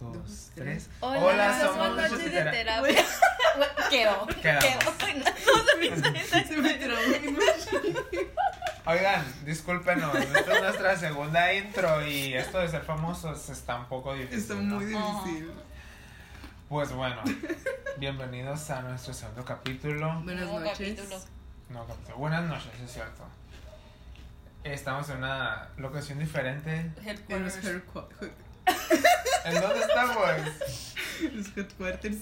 dos, tres. Hola, somos Noches de Tera- Terapia. Quedó. Quedamos. Quedó. No, no, no, Se me Oigan, discúlpenos, esta es nuestra segunda intro y esto de ser famosos está un poco difícil. Está ¿no? muy difícil. Pues bueno, bienvenidos a nuestro segundo capítulo. Oh. Buenas Nuevo noches. capítulo. No, capítulo. Buenas noches, es cierto. Estamos en una locación diferente. En los, Headquarters. headqua- ¿En dónde estamos? los headquarters.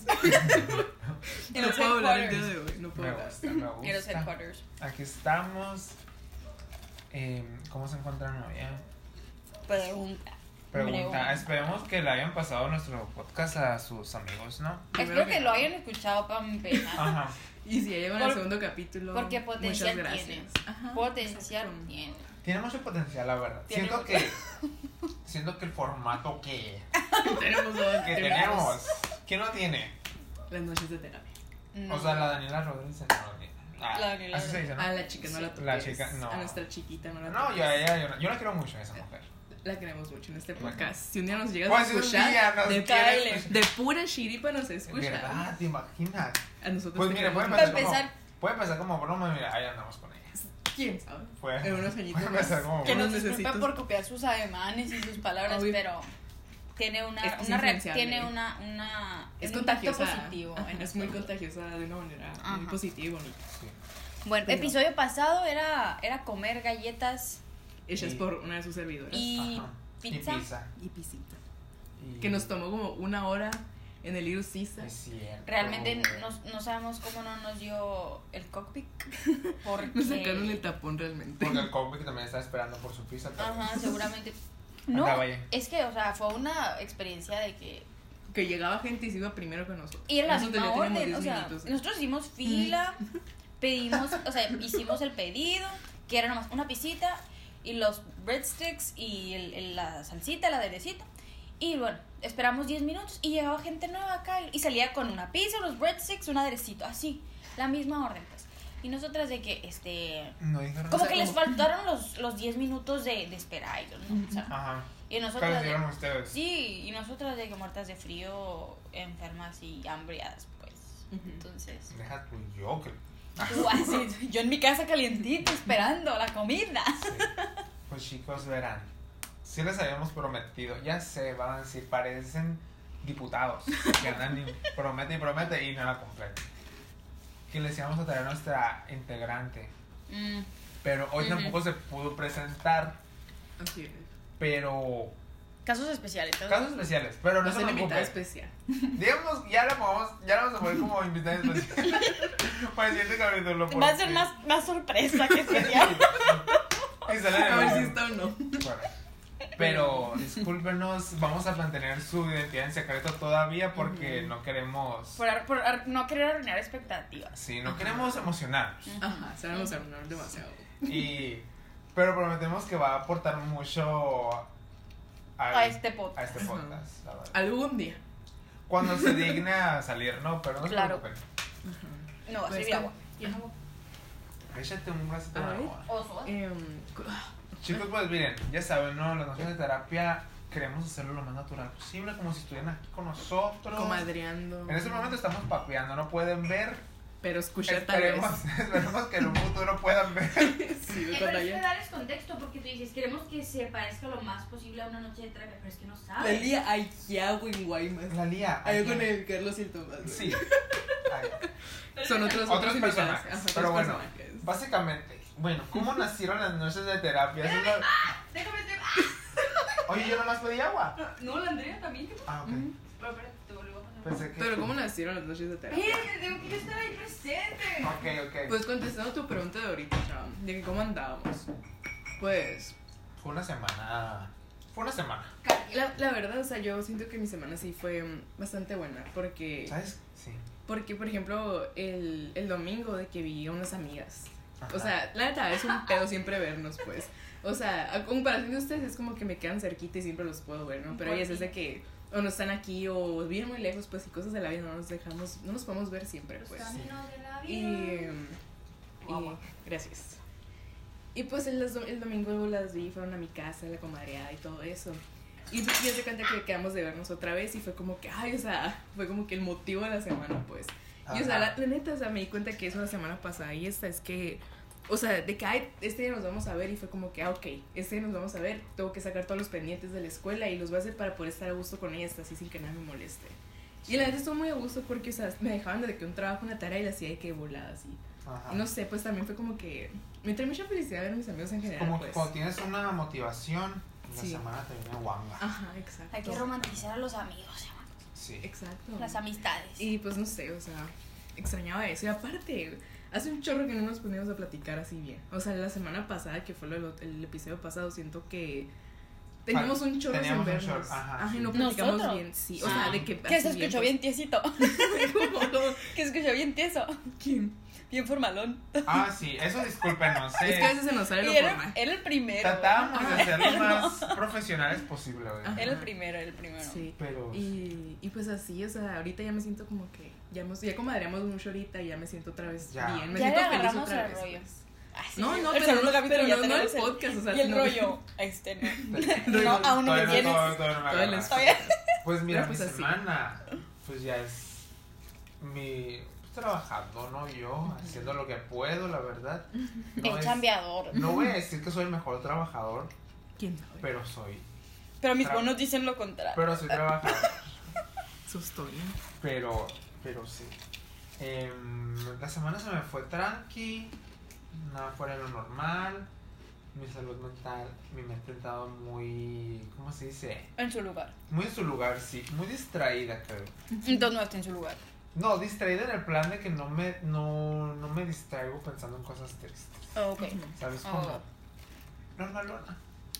En no los puedo hablar el día headquarters. de hoy. No puedo Me hablar. gusta, me En los gusta. headquarters. Aquí estamos. Eh, ¿Cómo se encuentran hoy? eh? Pregunta. Pregunta. Pregunta. Esperemos que le hayan pasado nuestro podcast a sus amigos, ¿no? Espero Primero que que lo nada. Ah. hayan escuchado para mi pena. Ajá. Y si ya llevan el Por- segundo capítulo. porque potencial muchas gracias. tiene. Ajá, Potencial exacto. tiene. Tiene mucho potencial, la verdad. Tiene siento mucho. que. siento que el formato que, Tenemos dos. que tenemos tenemos. ¿Quién lo tiene? Las noches de terapia. No. O sea, la Daniela Rodríguez no lo tiene. Ah, La Daniela así se dice, ¿no? A la chica no la Sí. toques. La chica, no. A nuestra chiquita no la No, toques. yo a ella, yo, la- yo la quiero mucho a esa mujer. La queremos mucho en este Bueno. podcast. Si un día nos llegas Pues a un escuchar, día nos de, quiere pu- escuchar. de pura chiripa nos escucha. ¿Verdad? ¿Te imaginas? A nosotros Pues te mira, puede queremos Para empezar, mucho. como, empezar. puede empezar como broma y mira, ahí andamos con ella. ¿Quién sabe? Puede, En unos añitos puede empezar más. como Que broma. nos Unos disculpen necesitos. por copiar sus ademanes y sus palabras, Obvio. pero tiene una, Es que es una, re- influenciable. tiene una, una Es un impacto contagiosa. positivo Ajá, en es muy nosotros. contagiosa de una manera muy Ajá. positiva y bonita. Sí. Bueno, Pero- episodio pasado era, era comer galletas Hecha es Y- por una de sus servidoras. y Ajá. pizza. Y pizza. Y pisita. Y- Que nos tomó como una hora en el ir Sisa. Es cierto, Realmente güey. no, no sabemos cómo no nos dio el cockpit. Nos sacaron Porque. el tapón realmente. Porque el cómic también está esperando por su pizza. pero- Ajá, seguramente. No, Acá vaya. es que, o sea, fue una experiencia de que. Que llegaba gente y se iba primero que nosotros. Y en la nosotros misma ya teníamos orden, 10 o sea, minutos. nosotros hicimos fila, pedimos, o sea, hicimos el pedido, que era nomás una pisita y los breadsticks y el- el- la salsita, la aderecita. Y bueno, esperamos 10 minutos y llegaba gente nueva acá y, y salía con una pizza, unos breadsticks, un aderecito, así, la misma orden, pues. Y nosotras de que, este, No dijeron Como nada. que les faltaron los, los 10 minutos de, de esperar a ellos, ¿no? O sea, Ajá. y ¿Qué les nosotras dijeron de, ustedes? Sí, y nosotras de que muertas de frío, enfermas y hambriadas, pues. Ujú. Entonces, Deja tu yo que. Ah. tú así, yo en mi casa calientito esperando la comida. Sí. Pues chicos, verán. Sí les habíamos prometido. Ya sé, van a decir, parecen diputados. Que andan y promete y promete y no la cumplen. Que les íbamos a traer a nuestra integrante. Mm, Pero hoy Ujú. tampoco se pudo presentar. Así es. Pero. Casos especiales, casos- Casos especiales. Pero Va no a se ser invitada preocupen. especial. Digamos, ya la vamos, ya la vamos a poner como invitada especial. Para el siguiente capítulo. Va a ser porque- más, más sorpresa que sería. Y sale de- A ver si está o no. Bueno, Pero discúlpenos, vamos a mantener su identidad en secreto todavía porque Ujú. no queremos. por, ar- por ar- no querer arruinar expectativas. Sí, no queremos emocionarnos. Ajá, se van a emocionar demasiado. Y, pero prometemos que va a aportar mucho al- A este podcast. a este podcast, la verdad. Algún día. Cuando se digne a salir, no, pero no se Claro. preocupen. No, así Pues, de agua. ¿tienes Échate un vasito de A ver. agua. O Eh, soda. Em, cu- Chicos, pues miren, ya saben, ¿no? Las nociones de terapia queremos hacerlo lo más natural posible, como si estuvieran aquí con nosotros. comadreando. En este momento estamos papeando, no pueden ver, Pero escuchar tal vez. Esperemos, esperemos que en un futuro puedan ver. Sí, Eh, cuando pero es que haya- darles contexto porque tú dices, queremos que se parezca lo más posible a una noche de terapia, pero es que no La sabes. lía Ayago en Guaymas. La Lía. Ahí aquí- con el Carlos y el Tomás. güey. Sí. Ahí. Son otros, Otros otros invitados. personajes, Ajá, pero otros bueno. personajes. Básicamente, bueno, ¿cómo nacieron las noches de terapia? Eso es lo- Déjame ser. Oye, yo nomás pedí agua. Ah, No, la Andrea también. ¿qué p- Ah, ok. Pero espérate, te vuelvo a poner. Pensé que. Pero ¿cómo nacieron las noches de Eh. terapia? Espérate, tengo que yo estar ahí presente. Ok, ok. Pues contestando tu pregunta de ahorita, chaval, de que cómo andábamos. Pues, Fue una semana. Fue una semana. la, la verdad, o sea, yo siento que mi semana sí fue mm, bastante buena. Porque, ¿Sabes? Sí. porque por ejemplo, el, el domingo de que vi a unas amigas. Ajá. O sea, la neta, es un pedo siempre vernos, pues. O sea, a comparación de ustedes, es como que me quedan cerquita y siempre los puedo ver, ¿no? Pero ellas es de que o no están aquí o viven muy lejos, pues, y cosas de la vida no nos dejamos, no nos podemos ver siempre, Los pues. caminos de la Y, vida. y- gracias. Y pues el, los dom- el domingo las vi, fueron a mi casa, la comadreada y todo eso. Y entonces ya se cuenta que quedamos de vernos otra vez y fue como que, ay, o sea, fue como que el motivo de la semana, pues. Y o sea, la, la neta, o sea, me di cuenta que eso la semana pasada y esta es que, o sea, de que, ay, este día nos vamos a ver y fue como que, ah, ok, este día nos vamos a ver, tengo que sacar todos los pendientes de la escuela y los voy a hacer para poder estar a gusto con ellas así sin que nada me moleste. Y la neta estuvo muy a gusto porque, o sea, me dejaban de que un trabajo, una tarea y la hacía de que volada así. Ajá. Y No sé, pues también fue como que me trae mucha felicidad ver a mis amigos en Es general, como que pues. cuando tienes una motivación, la Sí. Ah. semana te viene guanga. Ajá, exacto. Hay que romantizar a los amigos, hermano, Sí. Exacto. las amistades. Y pues no sé, o sea, extrañaba eso. Y aparte, hace un chorro que no nos poníamos a platicar así bien. O sea, la semana pasada, que fue lo- lo- el episodio pasado, siento que teníamos un chorro Teníamos un sin chorro, vernos. ajá, Ah. Ajá, sí. y no platicamos ¿Nosotros? bien, sí. O sea, Sí. de que. que así se escuchó bien tiesito. pues, como- que se escuchó bien tieso. ¿Quién? Bien formalón. Ah, sí, eso discúlpenos. Es que a eh. veces se nos sale Y lo era, formal. era el primero. Tratábamos de ser lo más profesionales posible, güey. Ajá. Era el primero, era el primero. Sí. Pero Y, y pues así, o sea, ahorita ya me siento como que. Ya, hemos, ya comadreamos mucho ahorita y ya me siento otra vez Ya. bien. Me Ya le siento feliz agarramos otra el vez. pues. rollo. Ah, sí, No, no, el pero segundo no- capítulo pero ya no- no tenemos el podcast, o sea, y el no- rollo, este no. Rollo. no, aún no todavía no, lo tienes. todavía- todavía no me Todavía no agarras. estoy- Todavía- Pues mira, Pero pues mi así. semana, pues ya es mi pues, trabajando, ¿no? Yo haciendo lo que puedo, la verdad. No, El es- chambeador. no voy a decir que soy el mejor trabajador, ¿Quién sabe? pero soy, Pero mis Tra- bonos dicen lo contrario. pero soy trabajador, Sustoy. pero, pero sí. Em, la semana se me fue tranqui, nada fuera de lo normal. Mi salud mental, mi mente ha estado muy, ¿cómo se dice? En su lugar. Muy en su lugar, sí, muy distraída, creo. Entonces no está en su lugar. No, distraída en el plan de que no me, no, no me distraigo pensando en cosas tristes. Ok. ¿Sabes Ah. cómo? Normalona.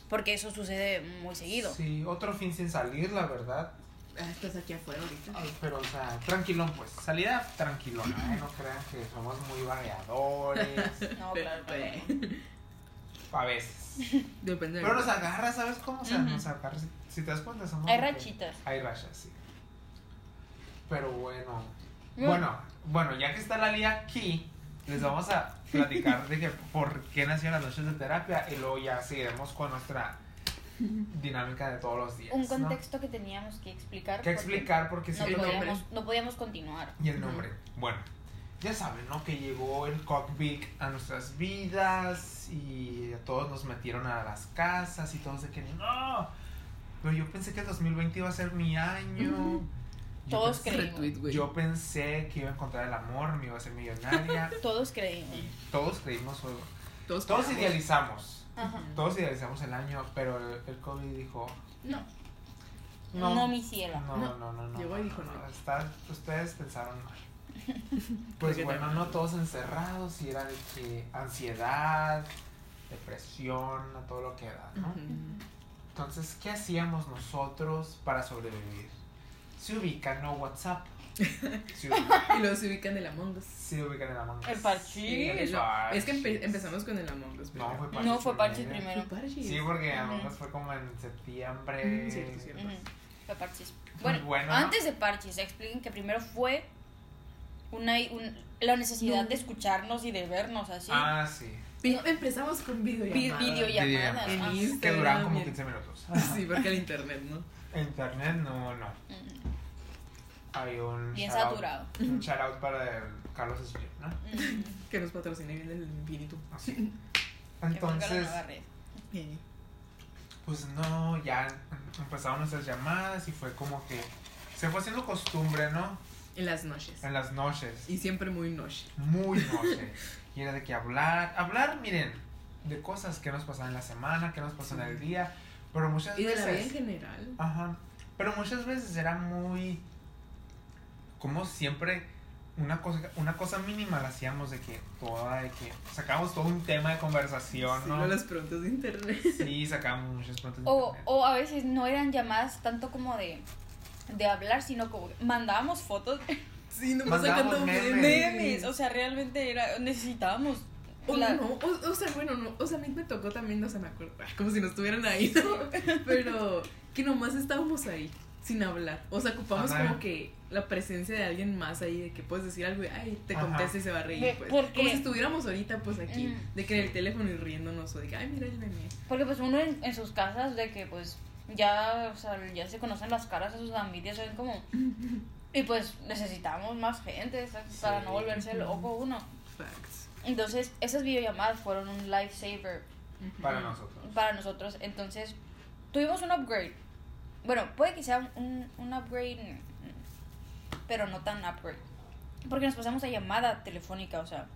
Porque eso sucede muy seguido. Sí, otro fin sin salir, la verdad. Ah, estás aquí afuera ahorita. Ay, pero, o sea, tranquilón, pues. Salida tranquilona, ¿eh? No crean que somos muy variadores. No, claro. claro. A veces. Depende de Pero nos agarra, ¿sabes cómo? O sea, Ujú. nos agarra. Si te das cuenta, somos. Hay de que- rachitas. Hay rachas, sí. Pero bueno. Bueno, bueno, ya que está la Lía aquí, les vamos a platicar de que por qué nacieron las noches de terapia y luego ya seguiremos con nuestra dinámica de todos los días. Un ¿no? contexto que teníamos que explicar. Que porque explicar porque No sí, podía. podíamos, no podíamos continuar. Y el nombre. Bueno, ya saben, ¿no? Que llegó el cockpit a nuestras vidas y a todos nos metieron a las casas y todos de que no. Pero yo pensé que el 2020 iba a ser mi año. Ujú. Yo Todos pensé- creímos. Retweet, güey. Yo pensé que iba a encontrar el amor, me iba a ser millonaria. Todos creímos. y todos creímos, o- Todos, todos queremos. idealizamos, Ajá. todos idealizamos el año, pero el, el COVID dijo, No. no, No, mi cielo. no, no, no, no, Llegó y no, dijo no, no. está- ustedes pensaron mal. Pues Porque bueno, también- no todos encerrados y era de que ansiedad, depresión, a todo lo que da, ¿no? Ujú. Entonces, ¿qué hacíamos nosotros para sobrevivir? Se ubican, ¿no? WhatsApp. Se ubican, Y luego se ubican el Among Us. se ubican en la mano. El parchís. El Sí, no, Es que empe- parchís. empezamos con el Among Us. No, fue parchís No fue parches primero. primero. Sí, porque a lo mejor Ujú. fue como en septiembre. Mm, cierto, cierto. Ujú, Fue parches. Bueno, pues. bueno. antes de parches, expliquen que primero fue una, un- la necesidad No. de escucharnos y de vernos así. Ah, sí. Empezamos con Vi- videollamadas. videollamadas. Videollamadas. ah. En Instagram. Que duraban como y- 15 minutos. Sí, porque el internet, ¿no? Internet, no, no. Mm, Hay un. Bien shoutout- saturado. Un shout out para el Carlos Slim, ¿no? mm. Que nos patrocine bien el infinito. Así. Que valga la Entonces, nueva red. Eh, pues no, ya empezaron nuestras llamadas y fue como que. Se fue haciendo costumbre, ¿no? En las noches. En las noches. Y siempre muy noche. Muy noche. y era de que hablar. Hablar, miren, de cosas que nos pasan en la semana, que nos pasan en el día. Pero muchas Y de veces. la vida en general. Ajá. Pero muchas veces era muy. Como siempre, una cosa, una cosa mínima la hacíamos de que toda, de que sacamos todo un tema de conversación, Sí, ¿no? no las preguntas de internet. Sí, sacamos muchas preguntas. de O, internet. o a veces no eran llamadas tanto como de, de hablar, sino como que mandábamos fotos, Sí, nomás Mandábamos sacando memes. memes. O sea, realmente era, necesitábamos. O la- no, o, o sea, bueno, no, o sea, a mí me tocó también, no se me acuerdo, ay, como si no estuvieran ahí, ¿no? pero que nomás estábamos ahí, sin hablar, o sea, ocupamos Ajá. como que la presencia de alguien más ahí, de que puedes decir algo y, ay, te Ajá. contesta y se va a reír, Ve, pues, porque- como si estuviéramos ahorita, pues, aquí, Mm. de que en el teléfono y riéndonos, o de que, ay, mira el meme, Porque pues uno en, en sus casas de que pues ya, o sea, ya se conocen las caras de sus familias, saben como... Y pues necesitamos más gente ¿sabes? para Sí. no volverse loco uno. Facts. Entonces, esas videollamadas fueron un lifesaver para nosotros. para nosotros. Entonces, tuvimos un upgrade. Bueno, puede que sea un, un upgrade, mm, pero no tan upgrade. Porque nos pasamos a llamada telefónica, o sea,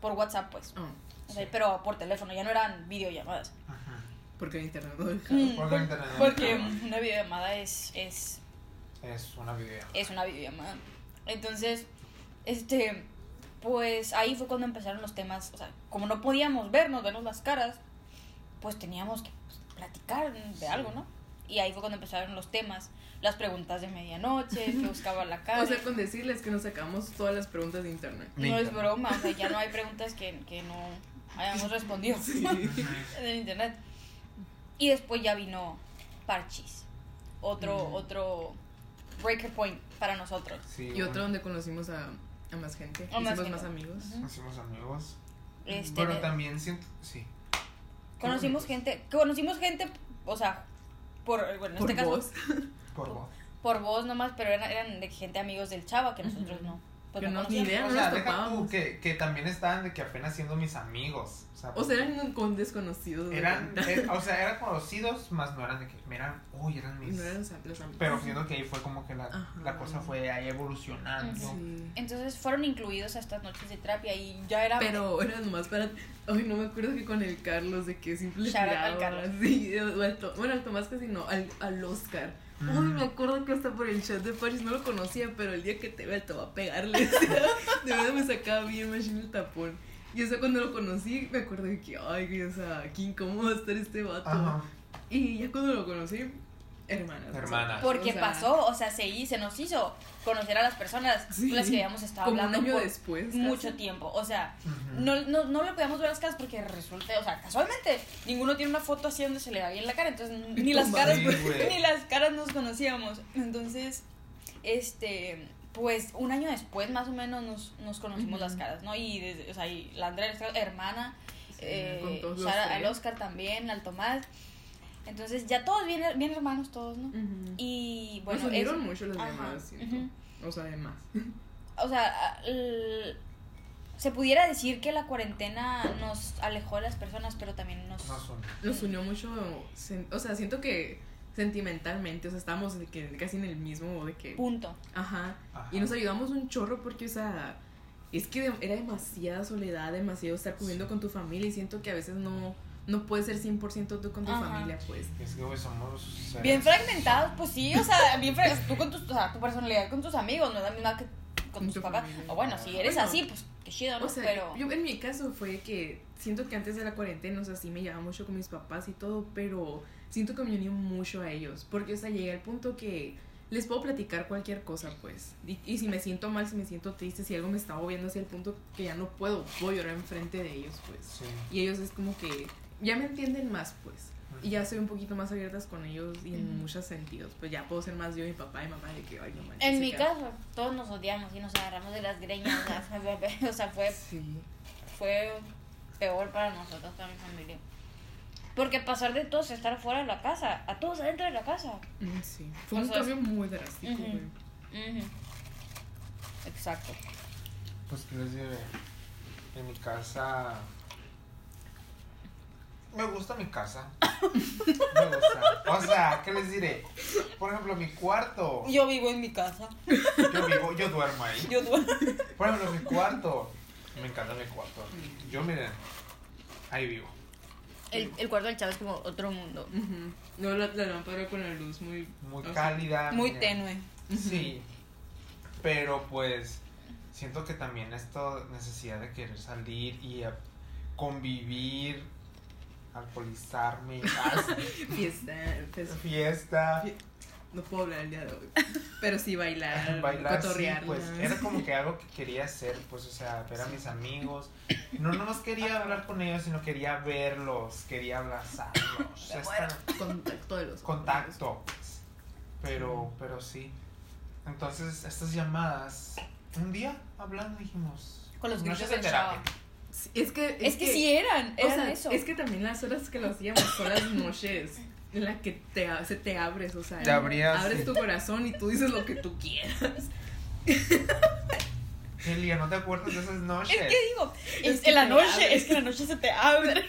por WhatsApp, pues. Oh, O sea, pero por teléfono, ya no eran videollamadas. Ajá. porque el internet no dejaba. Mm, Por por- internet. porque una videollamada es, es, Es una video. es una videollamada. Entonces, este, pues ahí fue cuando empezaron los temas. O sea, como no podíamos vernos, vernos las caras, pues teníamos que pues, platicar de algo, ¿no? Y ahí fue cuando empezaron los temas, las preguntas de medianoche, que buscaba la cara. O sea, con decirles que nos sacamos todas las preguntas de internet. no es broma, o sea, ya no hay preguntas que, que no hayamos respondido en el internet. Y después ya vino Parchis, otro, Ujú. otro breaker point para nosotros. Sí, Y otro bueno, donde conocimos a, a más gente. A más Hicimos gente. más amigos. Ujú. Nos hicimos amigos. Este, Pero de- también siento. Sí. Conocimos gente, conocimos gente, o sea, por, bueno, en Por este vos, caso, Por vos. por voz nomás, pero eran, eran de gente amigos del Chava que nosotros Ujú. no. Pues Que no, no, ni idea. O no conocíamos. nos sea, deja tú topábamos. que, que también estaban de que apenas siendo mis amigos. O sea, O sea, eran con desconocidos. de eran, cuenta. eh, o sea, eran conocidos, más no eran de que eran, uy, eran mis. No eran los, los amigos. Pero siento que ahí fue como que la, Ajá. la cosa fue ahí evolucionando. Sí. Entonces fueron incluidos a estas noches de terapia y ya era... Pero era nomás para. Ay, no me acuerdo que con el Carlos, de que siempre le Shout out al tiraba, Carlos. sí, o al To- bueno, al Tomás casi no, al, al Oscar. Mm. Uy, me acuerdo que hasta por el chat de París no lo conocía, pero el día que te vea te va a pegar. le decía. de verdad me sacaba bien machine el tapón. Y eso cuando lo conocí, me acuerdo de que, ay, güey, o sea, qué incómodo va a estar este vato. Ajá. Y ya cuando lo conocí, hermanas. Hermanas. porque o sea, pasó, o sea, se, hi- se nos hizo conocer a las personas Sí. con las que habíamos estado Como un hablando año por después. casi. mucho tiempo. O sea, Ujú. no, no, no le podíamos ver las caras porque resulta, o sea, casualmente, ninguno tiene una foto así donde se le da bien la cara, entonces ni las Toma. caras, Sí, güey. ni las caras nos conocíamos. Entonces, este, pues un año después más o menos nos, nos conocimos Ujú. las caras, ¿no? Y desde, o sea, y la Andrea, nuestra hermana, Sí, eh, con todos los Sara, tres. al Oscar también, al Tomás. Entonces, ya todos bien, bien hermanos todos, ¿no? Ujú. Y bueno, Nos unieron es- mucho las ajá, demás, siento. ujú. O sea, además. o sea, a- l- se pudiera decir que la cuarentena nos alejó de las personas, pero también nos... No son. Nos unió mucho, sen- o sea, siento que sentimentalmente, o sea, estábamos de que casi en el mismo, de que... Punto. Ajá. Ajá. Y nos ayudamos un chorro porque, o sea, es que de- era demasiada soledad, demasiado estar comiendo Sí. con tu familia y siento que a veces no, no puedes ser 100% tú con tu Ajá. familia, pues. Es que, güey, somos. seres- Bien fragmentados, pues sí, o sea, bien fragmentados. Tú con tus, o sea, tu personalidad con tus amigos no es la misma que con Con tus tu papás. familia. O bueno, si eres Bueno. así, pues qué chido, ¿no? O sea, pero... yo en mi caso fue que siento que antes de la cuarentena, o sea, sí me llevaba mucho con mis papás y todo, pero siento que me uní mucho a ellos, porque, o sea, llegué al punto que les puedo platicar cualquier cosa, pues, y, y si me siento mal, si me siento triste, si algo me está moviendo hacia el punto que ya no puedo, puedo llorar enfrente de ellos, pues, Sí. y ellos es como que ya me entienden más, pues. Y ya soy un poquito más abiertas con ellos y en Ujú. muchos sentidos. Pues ya puedo ser más yo, mi papá y mamá, de que, ay, no manches. En se mi queda- caso, todos nos odiamos y nos agarramos de las greñas. o sea, fue- o sea, fue Sí. fue peor para nosotros, para mi familia. Porque pasar de todos estar fuera de la casa, a todos adentro de la casa. Mm, Sí. Fue O un sea, cambio muy drástico, ujú. güey. Ujú. Exacto. Pues que les diré. En mi casa. Me gusta mi casa. Me gusta. O sea, ¿qué les diré? Por ejemplo, mi cuarto. Yo vivo en mi casa. Yo vivo, yo duermo ahí. Yo duermo. Por ejemplo, mi cuarto. Me encanta mi cuarto. Yo, miren, ahí vivo. El, el cuarto del chavo es como otro mundo. Ujú. No, la, la lámpara con la luz muy... Muy o sea, cálida. Muy miren. tenue. Sí. Pero pues siento que también esto necesidad de querer salir y eh, convivir, alcoholizarme, haz- Fiesta, pues, fiesta, no puedo hablar el día de hoy. Pero sí bailar, bailar, sí, cotorrear. pues era como que algo que quería hacer, pues o sea, ver a mis amigos. No nomás quería hablar con ellos, sino quería verlos, quería abrazarlos, o sea, estar- Contacto de los... contacto. pues. Pero, pero sí. Entonces, estas llamadas, un día hablando dijimos, Con los noches gritos de del chavo. terapia. Sí, es que... Es que sí eran, O eran sea, eso. es que también las horas que lo hacíamos son las noches la que te, se te abres, o sea, Te abrías, abres sí. tu corazón y tú dices lo que tú quieras. Celia, ¿no te acuerdas de esas noches? Es que digo, Es es que en la te noche, abre. es que en la noche se te abre.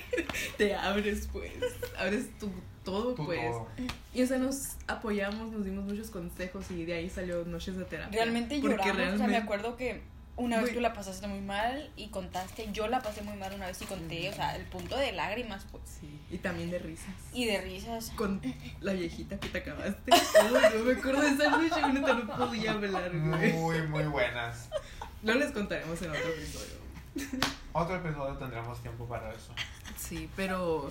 Te abres, pues. Abres tu todo, Tú pues. todo. Y o sea, nos apoyamos, nos dimos muchos consejos y de ahí salió Noches de Terapia. Realmente Porque lloramos, o sea, me realmente- acuerdo que una vez Güey. tú la pasaste muy mal y contaste, yo la pasé muy mal una vez y conté, o sea, el punto de lágrimas, pues, Sí, y también de risas. y de risas. Con la viejita que te acabaste. Ay, no me acuerdo de esa noche, yo neta no podía velar, güey. Muy, muy buenas. No les contaremos en otro episodio. Otro episodio tendremos tiempo para eso. Sí, pero,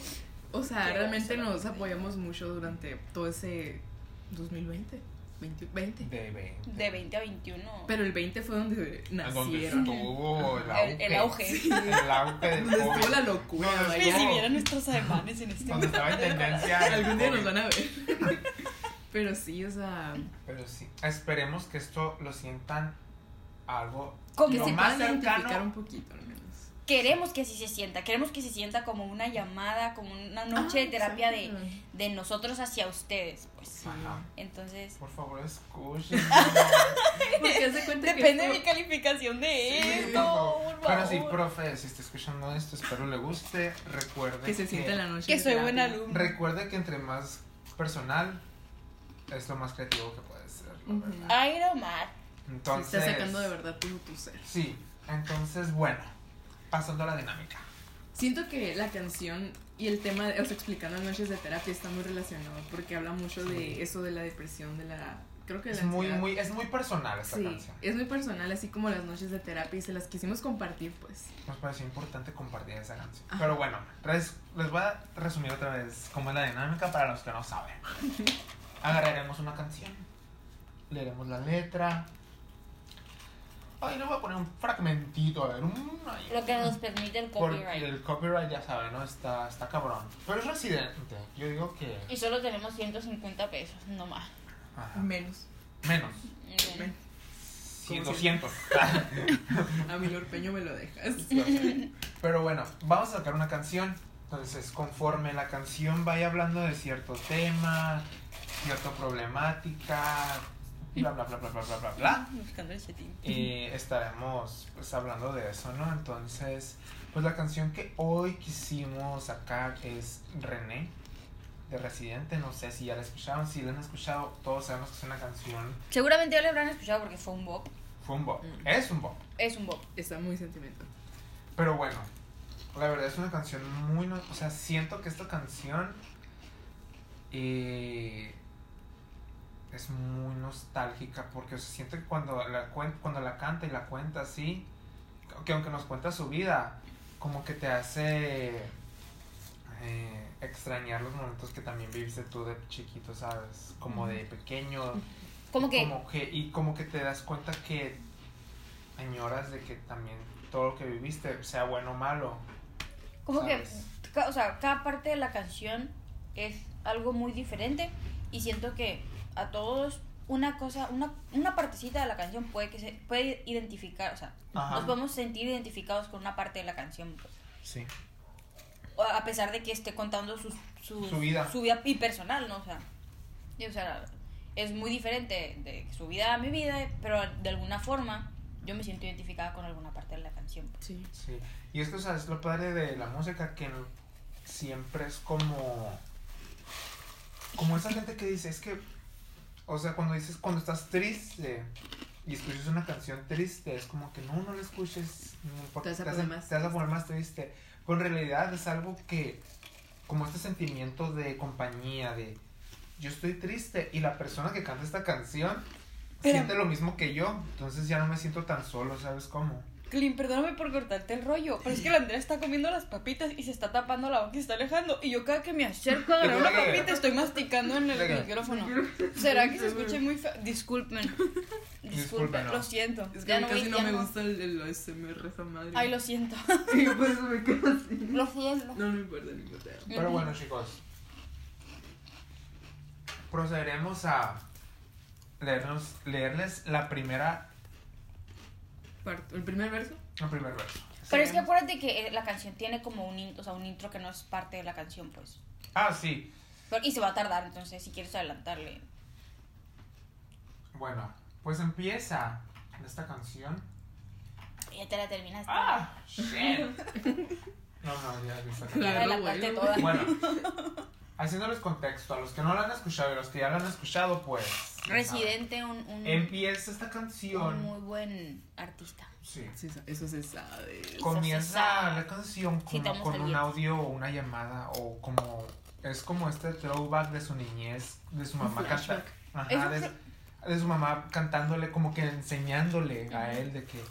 o sea, Quiero realmente hacer nos algo. apoyamos mucho durante todo ese 2020, 2020. De 20. De 20 a 21. Pero el 20 fue donde Donde nacieron. estuvo el auge. El- el auge. El auge del Donde estuvo COVID. la locura, No, Güey, si no. vaya. vieran nuestros ademanes en este Donde momento. estaba en tendencia. el Algún día nos COVID. van a ver. Pero sí, o sea, Pero sí, esperemos que esto lo sientan algo Como lo que se más puedan identificar un cercano. poquito al menos. Queremos que así se sienta, queremos que se sienta como una llamada, como una noche Ah, de terapia de, exacto. de nosotros hacia ustedes, pues. Sí. Ajá. Entonces, Por favor, escuchen. Porque haz de cuenta que depende de mi esto- calificación de Sí, esto, por Pero favor. sí, profe, si está escuchando esto, espero le guste. Recuerde que se sienta en la noche. que de soy terapia. buen alumno. Recuerde que entre más personal es lo más creativo que puede ser, la Ujú. verdad. Ay, no más. Sí, Entonces, Está sacando de verdad todo tu ser. Sí, entonces, bueno, pasando a la dinámica. Siento que la canción y el tema, o sea, explicando noches de terapia está muy relacionado porque habla mucho de eso de la depresión, de la... Creo que de la Es muy, ansiedad. muy, es muy personal esta Sí, canción. es muy personal, así como las noches de terapia y se las quisimos compartir, pues. Nos pareció importante compartir esa canción. Ajá. Pero bueno, res- les voy a resumir otra vez cómo es la dinámica para los que no saben. Agarraremos una canción, leeremos la letra. Ay, le voy a poner un fragmentito, a ver, un... ahí. Lo que nos permite el Porque copyright. el copyright ya saben, ¿no? Está, está cabrón. Pero es residente. Yo digo que. Y solo tenemos 150 pesos, no más. Ajá. Menos. Menos. Ven, Sí, ¿Cómo 200. A mi lorpeño me lo dejas. Pero bueno, vamos a sacar una canción. Entonces, conforme la canción vaya hablando de cierto tema, cierta problemática, bla, bla, bla, bla, bla, bla, bla, bla. Buscando el chetín. Y estaremos pues hablando de eso, ¿no? Entonces, pues la canción que hoy quisimos sacar es René de Residente, no sé si ya la escucharon, si la han escuchado, todos sabemos que es una canción, Seguramente ya lo habrán escuchado porque fue un bop. fue un bop, Mm. es un bop, Es un bop. Está muy sentimental. pero bueno, la verdad es una canción muy, no- o sea, siento que esta canción eh, es muy nostálgica, porque o sea, siento que cuando la, cuen- cuando la canta y la cuenta así, que aunque nos cuenta su vida, como que te hace eh, extrañar los momentos que también viviste tú de chiquito, ¿sabes? Como de pequeño. Como que Como que, y como que te das cuenta que añoras de que también todo lo que viviste, sea bueno o malo. Como que, ¿sabes? ca- o sea, cada parte de la canción es algo muy diferente y siento que a todos una cosa, una, una partecita de la canción puede que se puede identificar, o sea, Ajá. nos podemos sentir identificados con una parte de la canción, pues. Sí. O a pesar de que esté contando sus- sus- Su vida. su vida y personal, ¿no? O sea, y, o sea, es muy diferente de su vida a mi vida, pero de alguna forma yo me siento identificada con alguna parte de la canción. pues. Sí. Sí. Y es que, o sea, es lo padre de la música que no- siempre es como. Como esa gente que dice, es que. O sea, cuando dices, cuando estás triste y escuchas una canción triste, es como que no, no la escuches. no, porque Te vas a hace- poner más te vas a poner más triste. Pero en realidad es algo que. Como este sentimiento de compañía, de. Yo estoy triste y la persona que canta esta canción Pero- siente lo mismo que yo. Entonces ya no me siento tan solo, ¿sabes cómo? Clint, perdóname por cortarte el rollo, pero es que la Andrea está comiendo las papitas y se está tapando la boca y se está alejando. Y yo cada que me acerco a agarrar una papita estoy masticando en el Venga. micrófono. ¿Será que se escuche muy feo? Disculpen. Disculpen, Discúlpenos. lo siento. Es que Ya a mí casi voy- no ya me no- gusta el, el ASMR, esa madre. Ay, lo siento. Sí, por eso me quedo así. Lo siento. No, no importa, no importa. Pero bueno, chicos. Procederemos a leernos, leerles la primera, Parto- ¿El primer verso? el primer verso. Pero es que acuérdate que eh, la canción tiene como un, in- o sea, un intro que no es parte de la canción, pues. Ah, sí. Pero- Y se va a tardar, entonces, si quieres adelantarle. Bueno, pues empieza esta canción. Ya te la terminaste. ¡Ah! ¡Shit! No, no, ya vi esta Ya la canción. Claro, adelantaste bueno. toda. Bueno, haciéndoles contexto, a los que no la han escuchado y a los que ya la han escuchado, pues. ya Residente, un, saben. un, Empieza esta un canción. muy buen artista. Sí. Sí, sa- eso se sabe. ah, Comienza la canción Sí, te como vamos con al un diez. audio o una llamada o como. Es como este throwback de su niñez, de su mamá cantando. flashback. Es Ajá, un de, de su mamá cantándole, como que enseñándole a él de que.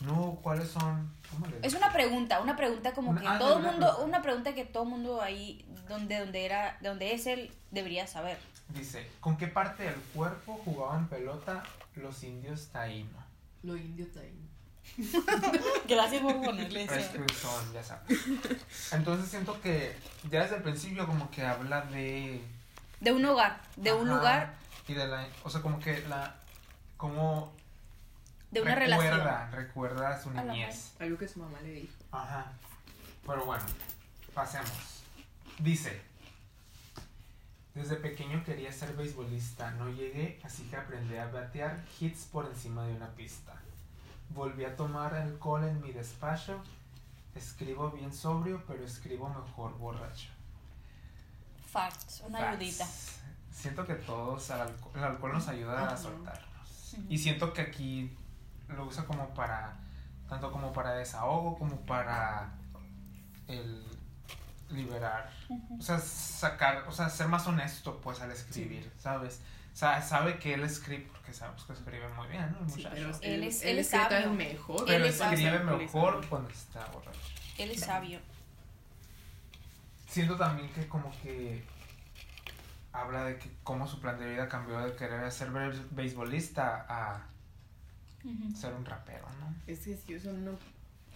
No, ¿cuáles son? ¿Cómo le Es una pregunta, una pregunta como Una- que ah, todo una mundo, pregunta. una pregunta que todo mundo ahí donde donde era, donde es él debería saber. Dice, ¿con qué parte del cuerpo jugaban pelota los indios taíno? Lo indio taíno. Gracias por ponerle Es Pues, que son, ya sabes. Entonces siento que ya desde el principio como que habla de... De un hogar, de un Ajá, lugar, Y de la... O sea, como que la... Como... de una recuerda, relación. Recuerda a su A la niñez. Algo que su mamá le dijo. Ajá. Pero bueno, pasemos. Dice, desde pequeño quería ser beisbolista, no llegué, así que aprendí a batear hits por encima de una pista. Volví a tomar alcohol en mi despacho, escribo bien sobrio, pero escribo mejor borracho. Facts, una Facts. ayudita. Siento que todos, al alco- el alcohol nos ayuda Ajá. a soltarnos. Ujú. Y siento que aquí lo usa como para, tanto como para desahogo, como para el liberar. O sea, sacar, o sea, ser más honesto, pues, al escribir, ¿sabes? O sea, sabe que él escribe, porque sabemos que escribe muy bien, ¿no? El Sí, muchacho. pero pero Él es- él es escribe todavía sabio. mejor. Él es escribe sabio. mejor cuando está borracho. Él es sabio. Siento también que como que habla de que cómo su plan de vida cambió de querer ser be- beisbolista a Ujú. ser un rapero, ¿no? Es que si eso no,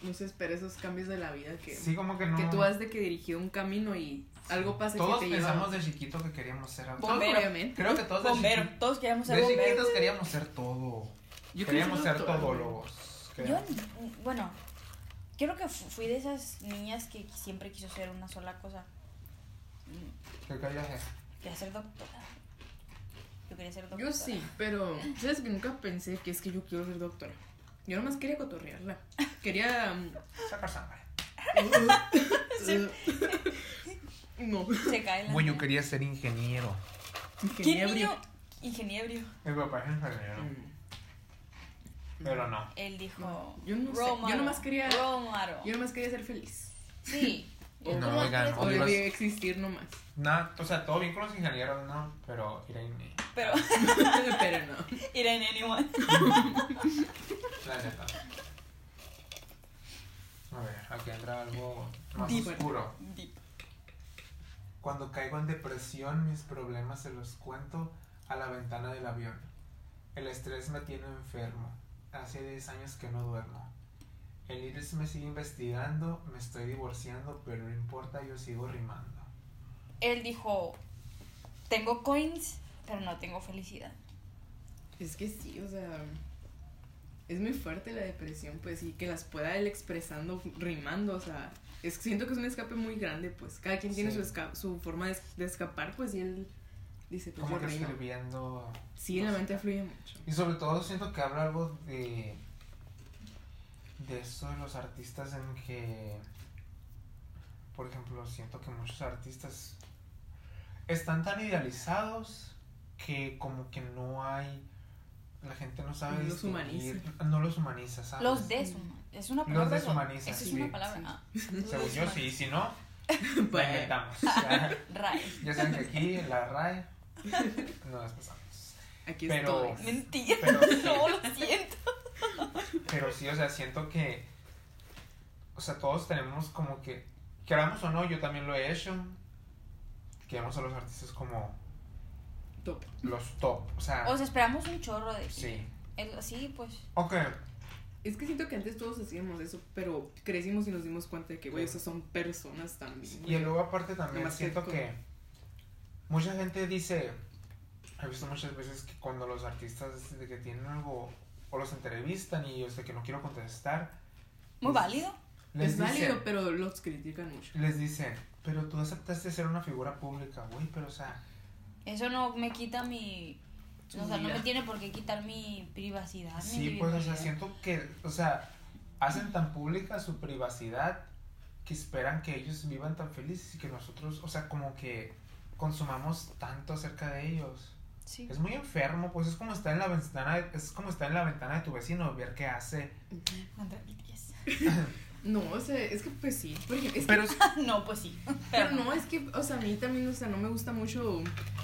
no se espera esos cambios de la vida que, Sí, como que no. que tú has de que dirigió un camino y algo pasa Todos que te lleva. pensamos de chiquito que queríamos ser algo. Todos, Bombero. obviamente. Creo que todos de, Bombero, chiqui- todos queríamos ser de chiquitos bomberos. queríamos ser todo. Yo queríamos quiero ser doctora, todólogos. Yo, Queríamos- bueno, creo que fu- fui de esas niñas que siempre quiso ser una sola cosa. Mm, ¿Qué querías ser? Quería ser doctora. Yo quería ser doctora. Yo sí, pero sabes que nunca pensé que es que yo quiero ser doctora. Yo nomás quería cotorrearla. Quería. um, Sacar sangre. eh, no. Se cae la. Güey, yo quería ser ingeniero. ¿Quién Ingeniero. niño? Ingeniebrio. Mi papá es ingeniero. Mm. Pero no. Él dijo. No, yo no sé. Rómaro, Yo nomás quería- Rómaro. Yo nomás quería ser feliz. Sí. No, Yo nomás oigan, quería- no. O Dios. debía existir nomás. Nada, o sea, todo bien con los ingenieros, ¿no? Pero Irene, Pero. pero no. Irene, anyone. la neta. A ver, aquí entra algo más Deep. oscuro. Deep. Cuando caigo en depresión, mis problemas se los cuento a la ventana del avión. El estrés me tiene enfermo. Hace 10 años que no duermo. El iris me sigue investigando, me estoy divorciando, pero no importa, yo sigo rimando. Él dijo: Tengo coins, pero no tengo felicidad. Es que sí, o sea, es muy fuerte la depresión, pues, y que las pueda él expresando, rimando, o sea, es, siento que es un escape muy grande, pues, cada quien tiene Sí. su, esca- su forma de, de escapar, pues, y él dice, pues, Como yo que rimo. escribiendo. Sí, la mente fluye mucho. Y sobre todo siento que habla algo de. de eso de los artistas en que. Por ejemplo, siento que muchos artistas están tan idealizados que como que no hay. La gente no sabe. No los distinguir- No los humaniza, ¿sabes? Los deshuman. Es una Ah, Los palabra. ¿no? deshumaniza, Esa es sí, una palabra. sí. ah. Según yo, sí, si no, la Bueno, inventamos. Ya, Ray. ya saben que aquí en la RAE no las pasamos. aquí pero- estoy. Mentira. Pero No, lo siento. Pero sí, o sea, siento que. O sea, todos tenemos como que. Queramos o no, yo también lo he hecho. Que vemos a los artistas como Top. los top. O sea, O sea, esperamos un chorro de. Ah. sí. El- sí, pues. Ok, Es que siento que antes todos hacíamos eso, pero crecimos y nos dimos cuenta de que, güey, esas son personas también. y luego aparte también Nomás que siento con- que. Mucha gente dice. He visto muchas veces que cuando los artistas de que tienen algo. O los entrevistan y ellos de que no quiero contestar. Muy les- válido. Les es dicen, válido, pero los critican mucho. Les dicen, Pero tú aceptaste ser una figura pública, güey, pero o sea, Eso no me quita mi. Tu o sea, no vida. me tiene por qué quitar mi privacidad. mi sí, pues, o sea, individualidad. siento que, o sea, hacen tan pública su privacidad que esperan que ellos vivan tan felices y que nosotros, o sea, como que consumamos tanto acerca de ellos. Sí. Es muy enfermo, pues es como estar en la ventana, de- es como estar en la ventana de tu vecino, ver qué hace. Contra BTS. No, o sea, es que pues sí. Por ejemplo, es que- Pero es- no, pues sí. pero no, es que, o sea, a mí también, o sea, no me gusta mucho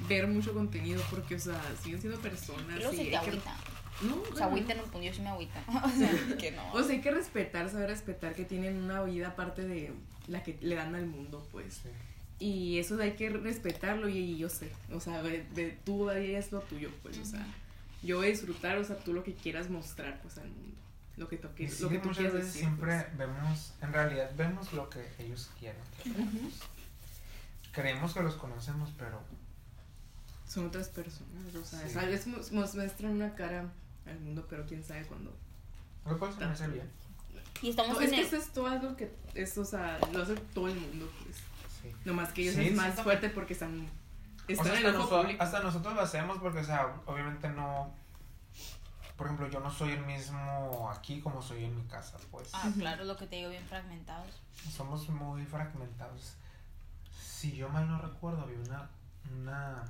ver mucho contenido porque, o sea, siguen siendo personas. Pero y se hay te que- agüita. No, O sea, bueno, agüita no, pues yo sí me agüita. O sea, que no. O sea, hay que respetar, saber respetar que tienen una vida aparte de la que le dan al mundo, pues. sí. Y eso hay que respetarlo y, y yo sé, o sea, de, de- tú ahí es lo tuyo, pues, o sea, yo voy a disfrutar, o sea, tú lo que quieras mostrar, pues, al mundo. Lo que, tú Y quieras- sí, lo que tú muchas quieras veces decir. siempre vemos, en realidad vemos lo que ellos quieren. pues. Ujú. Creemos que los conocemos, pero Son otras personas, o sea, Sí. es- a veces nos- nos muestran una cara al mundo, pero quién sabe cuándo. lo cual se me hace bien. y estamos No, en es que el- eso es todo algo que, es, o sea, lo hace todo el mundo, pues. Sí. Nomás que ellos Sí, es más siento que- fuerte porque están, O están sea, en hasta, el ojo noso- público. hasta nosotros lo hacemos porque, o sea, obviamente no. Por ejemplo, yo no soy el mismo aquí como soy en mi casa, pues. Ah, claro, lo que te digo, bien fragmentados. Somos muy fragmentados. Si yo mal no recuerdo, había una, una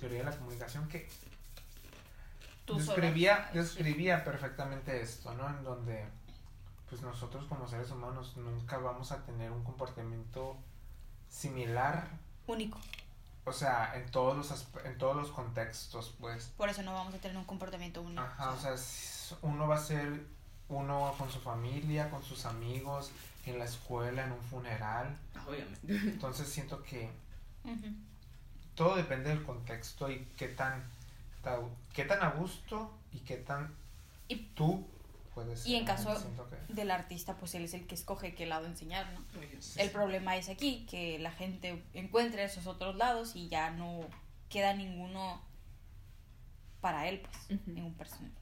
teoría de la comunicación que Tú solo. describía, describía perfectamente esto, ¿no? En donde, pues nosotros como seres humanos nunca vamos a tener un comportamiento similar, Único. o sea, en todos los, aspe- en todos los contextos, pues. Por eso no vamos a tener un comportamiento único. Ajá, o sea, s- uno va a ser uno con su familia, con sus amigos, en la escuela, en un funeral. Obviamente. Entonces siento que Ujú. todo depende del contexto y qué tan, ta- qué tan a gusto y qué tan Y- tú puedes ser. y en ¿no? caso- Siento que- Del artista, pues él es el que escoge qué lado enseñar, ¿no? sí, El sí. problema es aquí, que la gente encuentra esos otros lados y ya no queda ninguno para él, pues, Ujú. ningún personaje.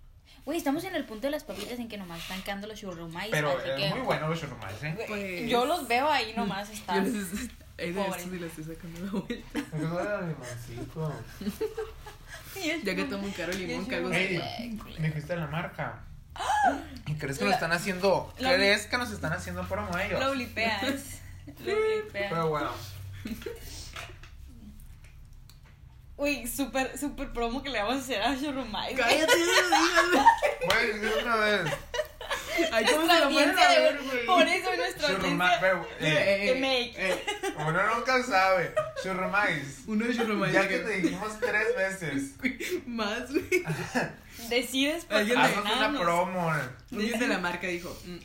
Güey, estamos en el punto de las papitas en que nomás están quedando los churrumais. Pero así es que- muy bueno los churrumais, ¿eh? Güey, Pues- Yo los veo ahí nomás, Yo están. les, ahí de Pobre. estos y les estoy sacando la vuelta. Me gusta el limoncito. Ya que tomo un caro limón, que algo Ey, así. me dijiste la marca. ¿Y crees que nos están haciendo? la- ¿Crees que nos están haciendo promo ellos? Lo blipeas. Lo blipeas. Pero bueno, Uy, súper, súper promo que le vamos a hacer a Shurumai. Cállate, díganme. voy a decir otra vez. Ay, ¿cómo se Nuestra lo ponen audiencia a de- ver, güey? Por eso nuestra Churrumais, audiencia pero, eh, Eh, de make. eh, uno nunca sabe. Churrumais. Uno de Churrumais. Ya que te dijimos tres veces. Más, güey. Decides Alguien de- Haznos patrocinarnos. una promo. eh, Alguien de la marca dijo, mm,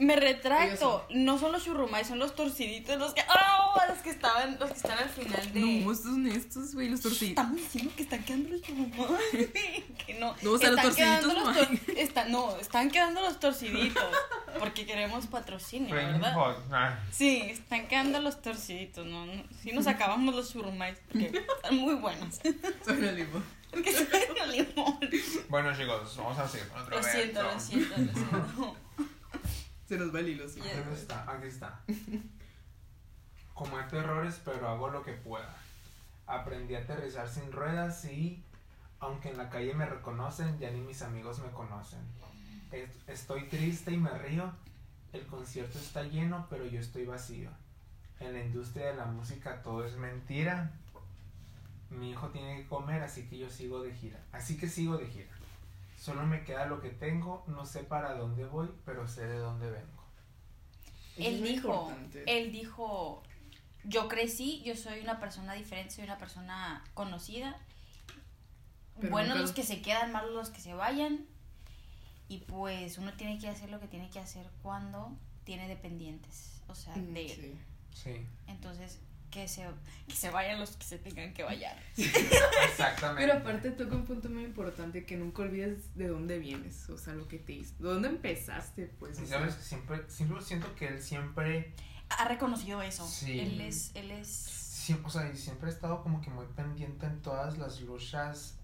Me Ellos son- retracto, no son los churrumais, son los torciditos, los que. ¡Oh! Los que estaban, los que están al final de. no, estos honestos, güey, los torcitos. Estamos diciendo que están quedando los churrumais. que no. No, o sea, los Están quedando torciditos, los tor- está- No, están quedando los torciditos. Porque queremos patrocinio, Flaming ¿verdad? Hot. nah. Sí, están quedando los torciditos, ¿no? no sí nos acabamos los churrumais, porque están muy buenos. Son el limón. que se ven a limón. Bueno, chicos, vamos a seguir con otro Lo siento, evento. lo siento, lo siento. Se nos va el hilo, sí. Ya. ¿Dónde está? Aquí está. Cometo errores, pero hago lo que pueda. Aprendí a aterrizar sin ruedas y, aunque en la calle me reconocen, ya ni mis amigos me conocen. Es- Estoy triste y me río. El concierto está lleno, pero yo estoy vacío. En la industria de la música todo es mentira. Mi hijo tiene que comer, así que yo sigo de gira. Así que sigo de gira. Solo me queda lo que tengo, no sé para dónde voy, pero sé de dónde vengo. Eso es Él muy dijo, importante. él dijo, yo crecí, yo soy una persona diferente, soy una persona conocida. Pero Buenos nunca- los que se quedan, malos los que se vayan. Y pues uno tiene que hacer lo que tiene que hacer cuando tiene dependientes, o sea, de él. Mm, Sí. Sí. Entonces, que se, que se vayan los que se tengan que vayar. Exactamente. Pero aparte toca un punto muy importante que nunca olvides de dónde vienes, o sea, lo que te hizo, de dónde empezaste, pues. Y o sea, sabes que siempre, siempre siento que él siempre, Ha reconocido eso. Sí. Él es, él es... siempre, o sea, y siempre ha estado como que muy pendiente en todas las luchas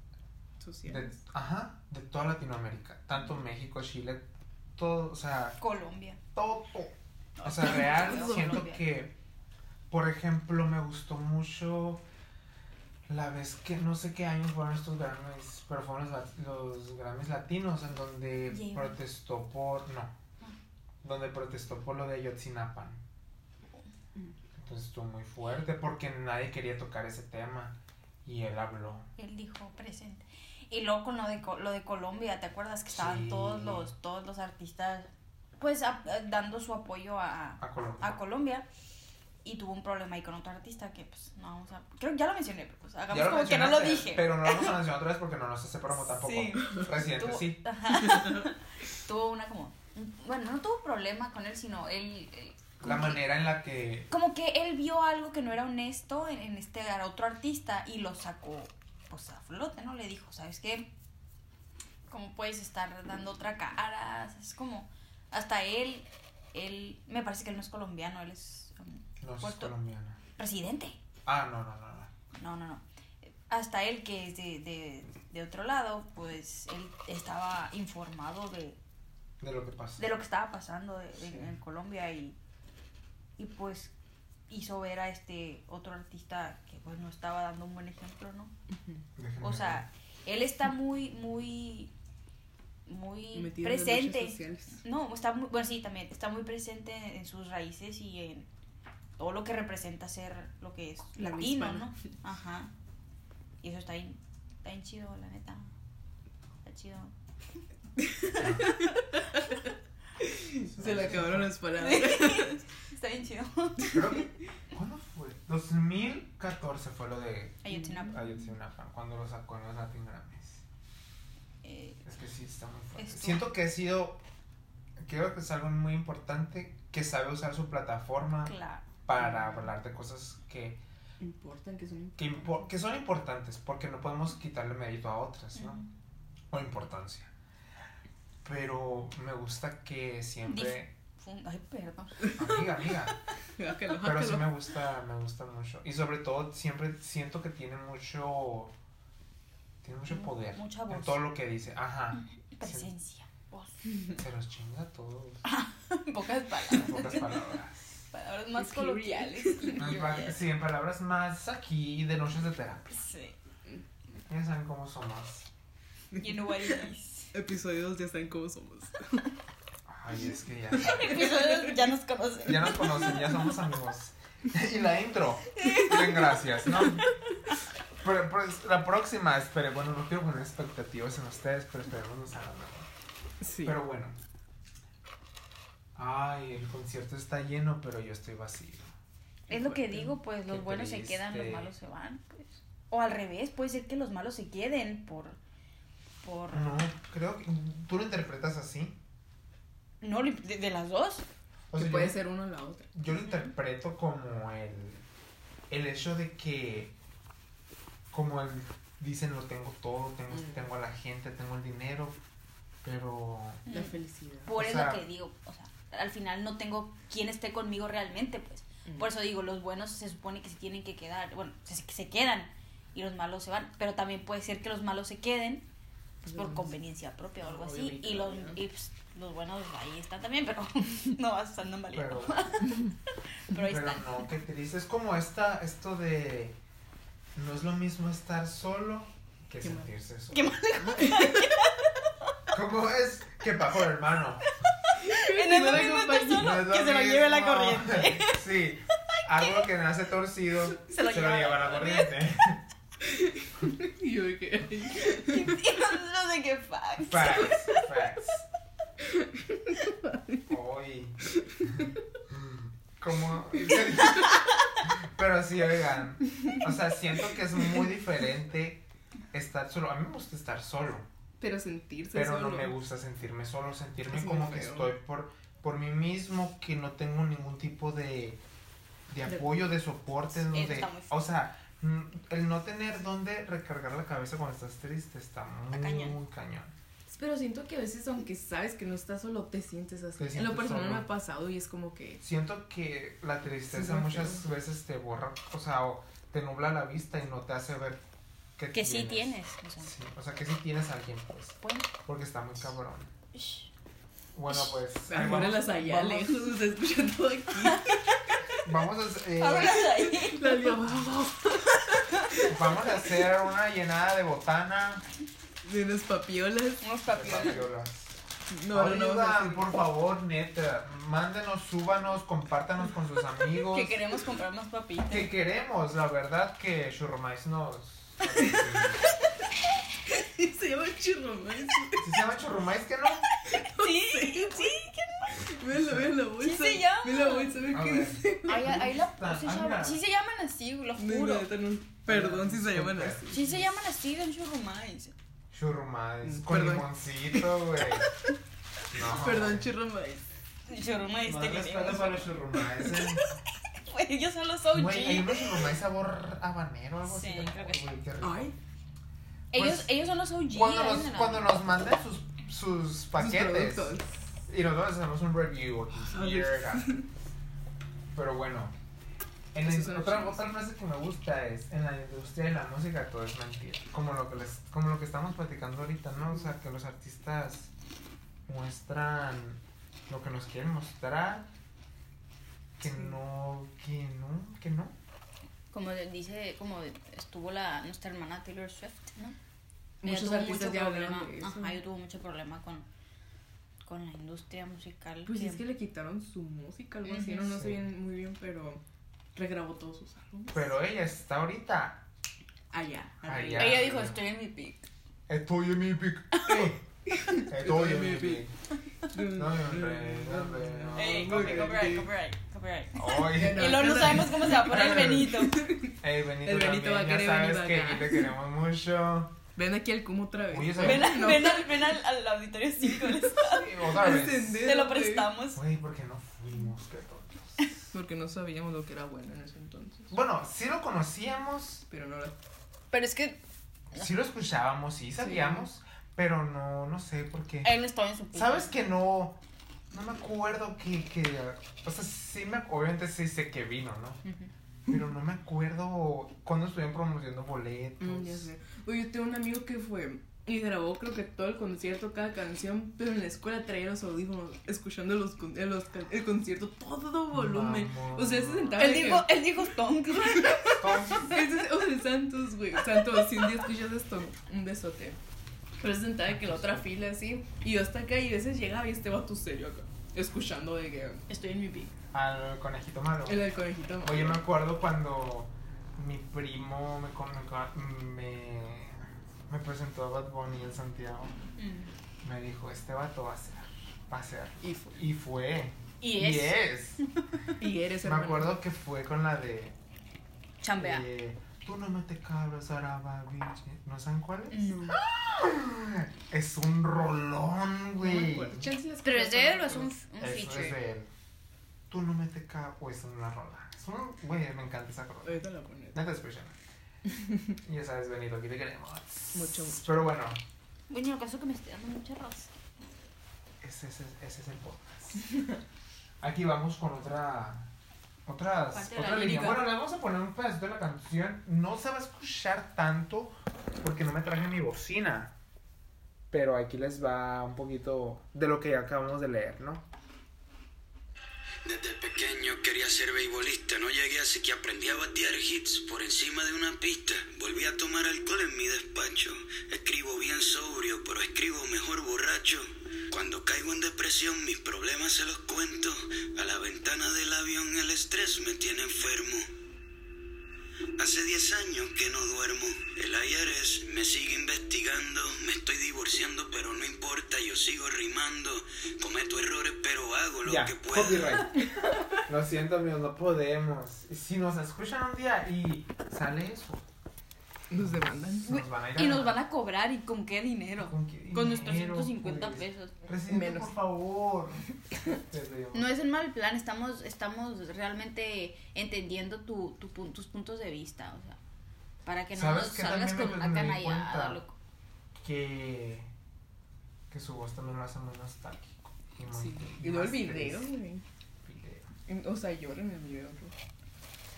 de, sociales. ajá, de toda Latinoamérica, tanto México, Chile, todo, o sea, Colombia. todo. O sea, real Colombia. siento que Por ejemplo, me gustó mucho la vez que no sé qué año fueron estos Grammys, pero fueron los, lat- los Grammys latinos en donde J Balvin. protestó por. No. Ah. Donde protestó por lo de Ayotzinapa. Entonces estuvo muy fuerte porque nadie quería tocar ese tema y él habló. Él dijo presente. Y luego con lo de, Co- lo de Colombia, ¿te acuerdas que estaban Sí. todos los todos los artistas pues ap- eh, dando su apoyo a, A Colombia. a Colombia? Y tuvo un problema ahí con otro artista que pues no vamos a... Creo que ya lo mencioné, pero pues hagamos Ya lo como que no lo mencionaste, dije. Pero no lo vamos a mencionar otra vez porque no nos hace promo tampoco. Sí. Residente, tuvo, sí. Ajá. tuvo una como... Bueno, no tuvo problema con él, sino él... él- La como que- manera en la que. Como que él vio algo que no era honesto en, en este otro artista y lo sacó pues a flote, ¿no? Le dijo, ¿sabes qué? ¿Cómo puedes estar dando otra cara? Es como, hasta él, él, me parece que él no es colombiano, él es um, No es Puerto- colombiana. presidente. Ah, no, no, no. no. No, no, no. Hasta él, que es de, de, de otro lado, pues él estaba informado de, De lo que pasa. de lo que estaba pasando de- Sí. en, en Colombia y, y pues hizo ver a este otro artista que pues no estaba dando un buen ejemplo, ¿no? Déjenme O sea, ver. él está muy, muy, muy Metido en las luchas presente. sociales. No, está muy, bueno, sí, también está muy presente en, en sus raíces y en todo lo que representa ser lo que es La latino, hispana. ¿no? Ajá. Y eso está bien, está bien chido, la neta. Está chido. Se le acabaron las palabras. Está bien chido. Creo que- ¿Cuándo fue? 2014 fue lo de Ayotzinapa. Mm. Ayotzinapa, cuando lo sacó en los Latin Grammys. Eh, Es que sí, está muy fuerte. Estuvo- Siento que ha sido. Creo que es algo muy importante que sabe usar su plataforma claro. para hablar de cosas que, Importan que son que, impo- que son importantes, porque no podemos quitarle mérito a otras, ¿no? Ujú. O importancia. Pero me gusta que siempre. Fun- Ay, perdón. Amiga, amiga. Bájalo, Pero sí bájalo. me gusta, me gusta mucho. Y sobre todo siempre siento que tiene mucho tiene mucho Mu- poder Mm, mucha en voz. todo lo que dice. Ajá. Presencia. Voz. Se los chinga a todos. Pocas En palabras. pocas palabras. Palabras más Equilibriales. coloquiales. En pa- Sí, en palabras más aquí de noches de terapia. Sí. Ya saben cómo somos. You know what it is. Episodios ya están como somos. Ay, es que ya. Episodios ya nos conocen. Ya nos conocen, ya somos amigos. Y la intro. Bien, gracias, ¿no? Pero, pues, la próxima, espere, bueno, no quiero poner expectativas en ustedes, pero esperemos nos hagan algo. Sí. Pero bueno. Ay, el concierto está lleno, pero yo estoy vacío. Es lo que digo, pues los Qué buenos se quedan, los triste. malos se van, pues. O al revés, puede ser que los malos se queden por por No, creo que tú lo interpretas así. no li- de, de las dos. O que sea, puede yo, ser uno o la otra. yo lo interpreto como el el hecho de que como el- dicen lo tengo todo, tengo Mm. tengo a la gente, tengo el dinero, pero La Mm. felicidad. Por O eso sea- que digo, o sea, al final no tengo quien esté conmigo realmente, pues. Por eso digo, los buenos se supone que se tienen que quedar, bueno, se, se quedan y los malos se van, pero también puede ser que los malos se queden pues, por conveniencia propia o algo así, Obviamente, y los, obvio. y, pues, los buenos ahí están también, pero no vas andan valiendo, pero pero ahí Pero están. no, qué triste. Es como esta, esto de. No es lo mismo estar solo que Qué mal. sentirse solo. Qué ¿Cómo es? Que pajo, hermano. En el mismo estar compañía. solo, es lo que se lo lleve la mismo. corriente. Sí. Algo que nace torcido Se lo lleva la la corriente. Y yo de que. ay, Y no sé qué fax. Facts, facts. Hoy. Como. Pero sí, oigan. O sea, siento que es muy diferente estar solo. A mí me gusta estar solo. Pero sentirse Pero solo. no me gusta sentirme solo. Sentirme Es muy como que feo. estoy por, por mí mismo, que no tengo ningún tipo de, de De- apoyo, de soporte. Eso Donde, está muy feo. o sea, mm, el no tener dónde recargar la cabeza cuando estás triste está muy cañón. muy cañón. Pero siento que a veces, aunque sabes que no estás solo, te sientes así. Te en sientes lo personal solo. me ha pasado y es como que. Siento que la Sí, tristeza muy muchas veces te borra, o sea, o te nubla la vista y no te hace ver que, Que sí tienes, o sea, Sí, o sea, que sí tienes a alguien, pues, bueno, porque está muy cabrón. shh, Bueno, pues, ahí Ahora vamos- las allá vamos- lejos, se escucha todo aquí. Vamos a, eh, Vámonos de ahí. La Lía, vamos. vamos a hacer una llenada de botana. De unas papiolas. Unos de papiolas. papiolas. No, no, no. Oigan, por favor, neta, mándenos, súbanos, compártanos con sus amigos. Que queremos comprar más papitas. que queremos, la verdad, que Churromais nos... Se llama churromais. Si se llama Churromais, que no. Sí, sí. Vean la, vean la bolsa. Sí se llama. Vean la bolsa, vean A qué ver. dice. Ahí, ahí la Ah, sí se mira. llaman- Sí se llaman así, lo No, juro. la neta, no. Perdón si se llaman así. Sí se llaman así, Don Churrumais. Churromais, Mm, con perdón. limoncito, güey. No, Perdón, güey. churromais. Churrumais, te Más respeto para los churrumais. eh. Güey, yo solo soy Güey, hay G. unos churrumais sabor habanero o algo Oh, Sí, así. creo que sí. Oh, Güey, qué rico. Ay, Ellos, Pues, ellos son los OG. Cuando nos, ayúdenla. cuando nos manden sus, sus paquetes Sus productos. y nosotros hacemos un review. A ver. Mierda. Pero bueno, en la- Esos son otra, opciones. otra frase que me gusta es: en la industria de la música todo es mentira. Como lo que, les, como lo que estamos platicando ahorita, ¿no? O sea, que los artistas muestran lo que nos quieren mostrar. Que Sí. no, que no, que no. Como de- dice, como de- estuvo la, nuestra hermana Taylor Swift, ¿no? Ella Muchos tuvo artistas ya hablaron problema. de eso. Ajá, ella tuvo mucho problema con, con la industria musical. Pues es que le quitaron su música, algo así, no, no sé Sí. bien, muy bien, pero regrabó todos sus álbumes. Pero ella está ahorita Allá, Allá. Ella dijo, estoy en mi pick. Estoy en mi pic. Estoy en mi pic. No, hombre, no, hombre, no. Ey, muy copy- bien. copyright, copyright, copyright. Oye, No, Y luego no no, sabemos cómo se va a poner el Benito. ey, Benito, El Benito también, va a querer ya sabes venir que acá. aquí te queremos mucho. Ven aquí al Kumo otra vez. Oye, ¿sabes? Ven, a- No. ven al, ven al, al auditorio 5. Otra vez. Ascender, Te lo güey. prestamos. Oye, ¿por qué no fuimos? Qué tontos. Porque no sabíamos lo que era bueno en ese entonces. Bueno, sí lo conocíamos, Pero no lo. Pero es que sí lo escuchábamos, sí sabíamos, pero no, no sé por qué. Eh. él no estaba en su pick. ¿Sabes que no? No me acuerdo que, que, o sea, sí me, obviamente sí sé que vino, ¿no? Ujú. Pero no me acuerdo cuando estuvieron promocionando boletos. Mm, ya sé. Oye, yo tengo un amigo que fue y grabó, creo que todo el concierto, cada canción, pero en la escuela traía los audífonos, escuchando los, con- eh, los can- el concierto todo volumen. Vamos. O sea, se sentaba. Él de que- dijo, él dijo Tonk. Entonces, Ese es- o sea, Santos, güey. Santos, si un día escuchas esto, un besote. Pero se sentaba de que la otra fila así. Y yo hasta acá y a veces llegaba y este va tu serio acá. Escuchando de que estoy en mi pic. al conejito malo. El del conejito. ¿no? Oye, me acuerdo cuando mi primo me, con- me con- me, me presentó a Bad Bunny en Santiago. Mm. Me dijo, este vato va a ser, va a ser. Y, fue- Y fue. Y es. y eres Me hermano. acuerdo que fue con la de... Chambea. eh, Tú no me te cabras, Arababiche. ¿No saben cuál es? No. Es un rolón, No me güey. acuerdo. Chance las Pero es de él o es un, un conozco. Eso es feature. de él. Tú no me te cabras. Pues es una rola. Es un... Güey, me encanta esa rola. Ahorita la pones. Neta especial. ya sabes, Benito, aquí te queremos. Mucho, mucho. Pero bueno, Bueno, el caso es que me estoy dando mucha rosa. ese, ese, ese es el podcast. Aquí vamos con otra. Otras, Parte de la otra línea. lírica. Bueno, le vamos a poner un pedacito de la canción. No se va a escuchar tanto porque no me traje mi bocina. Pero aquí les va un poquito de lo que ya acabamos de leer, ¿no? Desde pequeño quería ser beisbolista, no llegué así que aprendí a batear hits por encima de una pista. Volví a tomar alcohol en mi despacho. Escribo bien sobrio, pero escribo mejor borracho. Cuando caigo en depresión, mis problemas se los cuento. A la ventana del avión el estrés me tiene enfermo. Hace 10 años que no duermo. El IRS me sigue investigando. Me estoy divorciando, pero no importa, yo sigo rimando. Cometo errores, pero hago lo Ya, que puedo. copyright. Lo siento, amigos, no podemos. Si nos escuchan un día y sale eso, Nos demandan. nos van a ir Y nos van a cobrar, ¿y con qué dinero? ¿Con qué Con nuestros dinero, 150 pues? pesos. Presidente, Menos. por favor. Desde- No es el mal plan, estamos, estamos realmente entendiendo tu, tu pun- tus puntos de vista, o sea, para que no ¿Sabes nos qué salgas también con me- una me di canallada, cuenta? loco. que, que su voz también lo hace muy nostálgico. Y, muy- Sí. Y y luego el más video, triste. güey. Video. O sea, lloro en el video.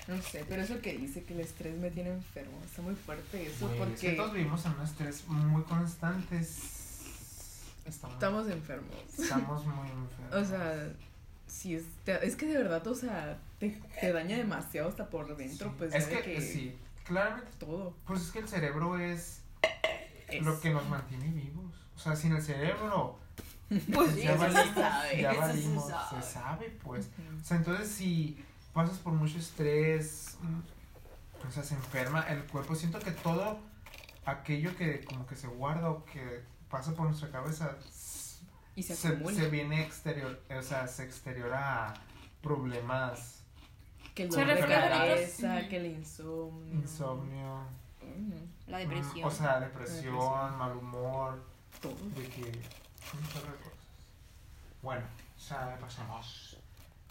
No sé, pero eso que dice que el estrés me tiene enfermo, está muy fuerte eso Güey, es que porque todos vivimos en un estrés muy constantes. Estamos, estamos enfermos. estamos muy enfermos. O sea, Sí, es, te- es que de verdad, o sea, te, te daña demasiado hasta por dentro, pues es ya de que, sí, claramente, todo pues es que el cerebro es, es. lo que nos mantiene vivos. O sea, sin el cerebro Pues ya eso se valimos, sabe, ya eso se valimos, sabe. se sabe pues. Ujú. O sea, entonces si pasas por mucho estrés, mm, o sea, se enferma el cuerpo. Siento que todo aquello que como que se guarda o que pasa por nuestra cabeza s- Y se se, acumula. se viene exterior, o sea, se exteriora a problemas, que el Se dolor de refleja en otros- cabeza, Ujú. que el insomnio. insomnio, Ujú, La mm, depresión. o sea, depresión, Depresión. mal humor, Todo. de que un chorro de cosas. Bueno, ya pasamos.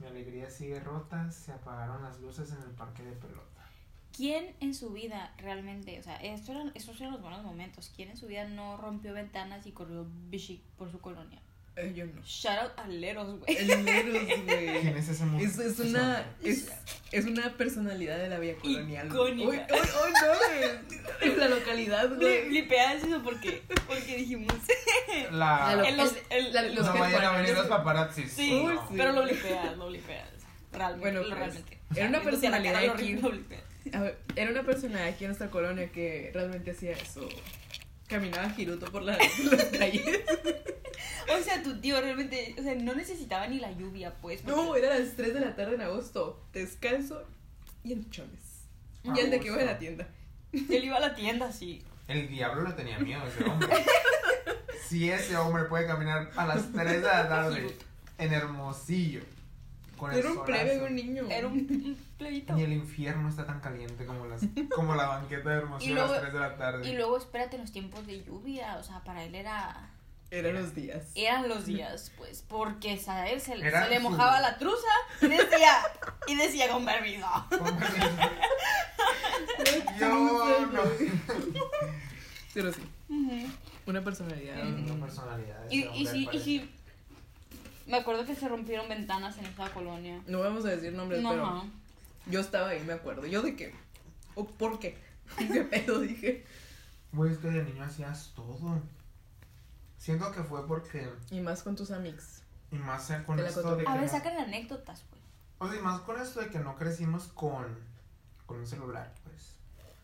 Mi alegría sigue rota, se apagaron las luces en el parque de pelota. ¿Quién en su vida realmente, o sea, esto eran, estos eran los buenos momentos, ¿quién en su vida no rompió ventanas y corrió bici por su colonia? Eh, yo no. Shout out a Leros, güey. El virus, ¿Quién güey. es ese mujer? Eh, Es, es Eh, una. Es, es una personalidad de la vía colonial. güey. Icónica. Uy, uy, uy, no, güey. En la localidad, Bli- güey. Blipeas eso porque, porque dijimos. eh, La... La- en los- el- la- los Ah. no que vayan a juegan- venir los paparazzis. sí, no. sí. pero lo blipeas, lo blipeas. Realmente. Bueno, lo pues, realmente. era una Entonces, a la personalidad cara lo aquí. ri- lo blipeas. A ver, era una persona aquí en nuestra colonia que realmente hacía eso. Caminaba giruto por la- las calles. O sea, tu tío realmente, o sea, no necesitaba ni la lluvia, pues. No, porque- era las 3 de la tarde en agosto. Descalzo y en chones. Ah, Y el de que iba gusto. a la tienda. Él iba a la tienda así. El diablo le tenía miedo a ese hombre. si ese hombre puede caminar a las 3 de la tarde en Hermosillo. Con el Era un plebe, solazo. un niño. Era un- un plebito. Ni el infierno está tan caliente como, las, como la banqueta de Y Hermosillo a luego- las 3 de la tarde. Y luego espérate en los tiempos de lluvia, o sea, para él era Eran los días. eran los días, pues, porque a él se, le- Era se le su- mojaba la truza y decía y decía con permiso. ¿Cómo que- Yo no. Pero sí, Ujú. una personalidad. Una personalidad. de Y, ese y hombre, sí, y parece. sí. Me acuerdo que se rompieron ventanas en esta colonia. No vamos a decir nombres, No, pero no. yo estaba ahí, me acuerdo. ¿Yo de qué? ¿O por qué? ¿Qué pedo dije? Güey, es que de niño hacías todo. Siento que fue porque. Y más con tus amigos. Y más con Te la esto contó. de que. A ver, no- sacan anécdotas, pues. o sea, y más con esto de que no crecimos con. Con un celular, pues.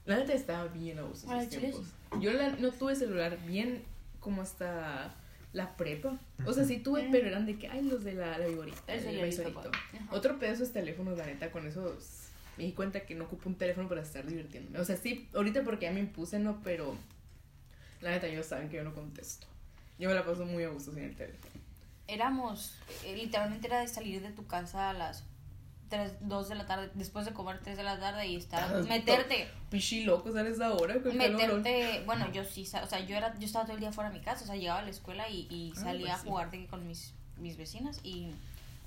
La neta estaba bien a gusto Para el esos chile, tiempos. Yo la- no tuve celular bien como hasta la prepa. O sea, sí tuve, Ujú. pero eran de que, ay, los de la, la viborita, El el señorito, maizorito. pues. Ajá. Otro pedo esos teléfonos, la neta, con esos me di cuenta que no ocupo un teléfono para estar divirtiéndome. O sea, sí, ahorita porque ya me impuse, no, pero la neta, ellos saben que yo no contesto. Yo me la paso muy a gusto sin el teléfono. Éramos, eh, literalmente era de salir de tu casa a las 3, 2 de la tarde, después de comer 3 de la tarde y estar, Tanto. meterte, Pichi loco, sales ahora con meterte, bueno, yo sí, sa- o sea, yo era yo estaba todo el día fuera de mi casa, o sea, llegaba a la escuela y, y Ah, salía pues a sí. jugar de que con mis, mis vecinas y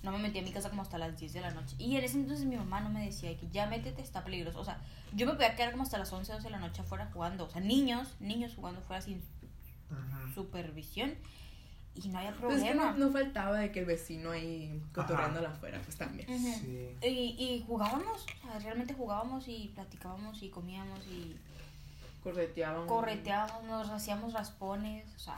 no me metía a mi casa como hasta las 10 de la noche. Y en ese entonces mi mamá no me decía que ya métete, está peligroso. O sea, yo me podía quedar como hasta las 11, 12 de la noche afuera jugando. O sea, niños, niños jugando fuera sin Ujú. supervisión y no había Pues Ah. es que no, problema. no faltaba de que el vecino ahí cotorreándola afuera, pues también. Ujú. Sí. Y, y jugábamos, o sea, realmente jugábamos y platicábamos y comíamos y Correteaban. correteábamos, nos hacíamos raspones, o sea,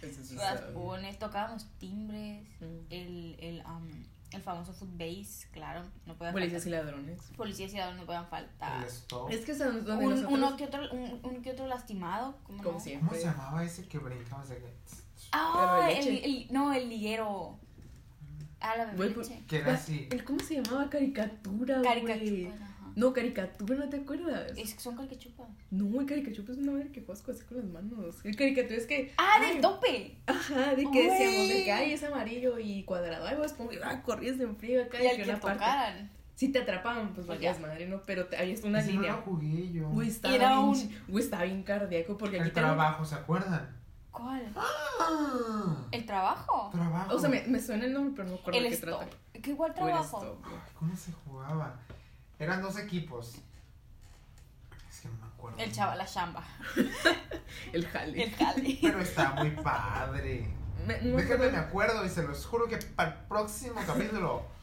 Eso sí sabe. raspones, tocábamos timbres, Mm. el, el, am, el famoso foot base, claro, no podía Policías y faltar. ladrones. Policías y ladrones no podían faltar. El stop. Es que es donde Un, nosotros, uno que otro, un, un que otro lastimado, ¿cómo como no? ¿Cómo siempre, se llamaba ese que brincabas de que. Ah, Bebe el, leche. el- no, el liguero. Ah, la Güey, bebé pues, leche. Que era así. ¿El ¿Cómo se llamaba? Caricatura, güey. Caricachupa, ajá. No, caricatura, ¿no te acuerdas? Es que son caricachupa. No, el caricachupa es una madre que juegas así con las manos. El caricatura es que. Ah, ay, del tope. Ajá, de que Güey. decíamos de que ay, es amarillo y cuadrado. Ay, vas como que ah, corrías en frío acá. Y y al que que una parte- tocaran. Si te atrapaban, pues Pues valías ya. madre, ¿no? Pero te, ahí está una Ese no línea. lo jugué yo. Güey, estaba Era bien, un- chi- güey, estaba bien cardíaco porque aquí El tenemos- trabajo, ¿se acuerdan? ¿Cuál? ¿El trabajo? Trabajo. O sea, me, me suena el nombre, pero no me acuerdo el de qué stop. trata. ¿Qué igual O el trabajo? stop, güey. Ay, ¿Cómo se jugaba? Eran dos equipos. Es que no me acuerdo. El chaval, la chamba. El jale. El cali. Pero está muy padre. Me- no me Déjame me acuerdo. acuerdo y se los juro que para el próximo capítulo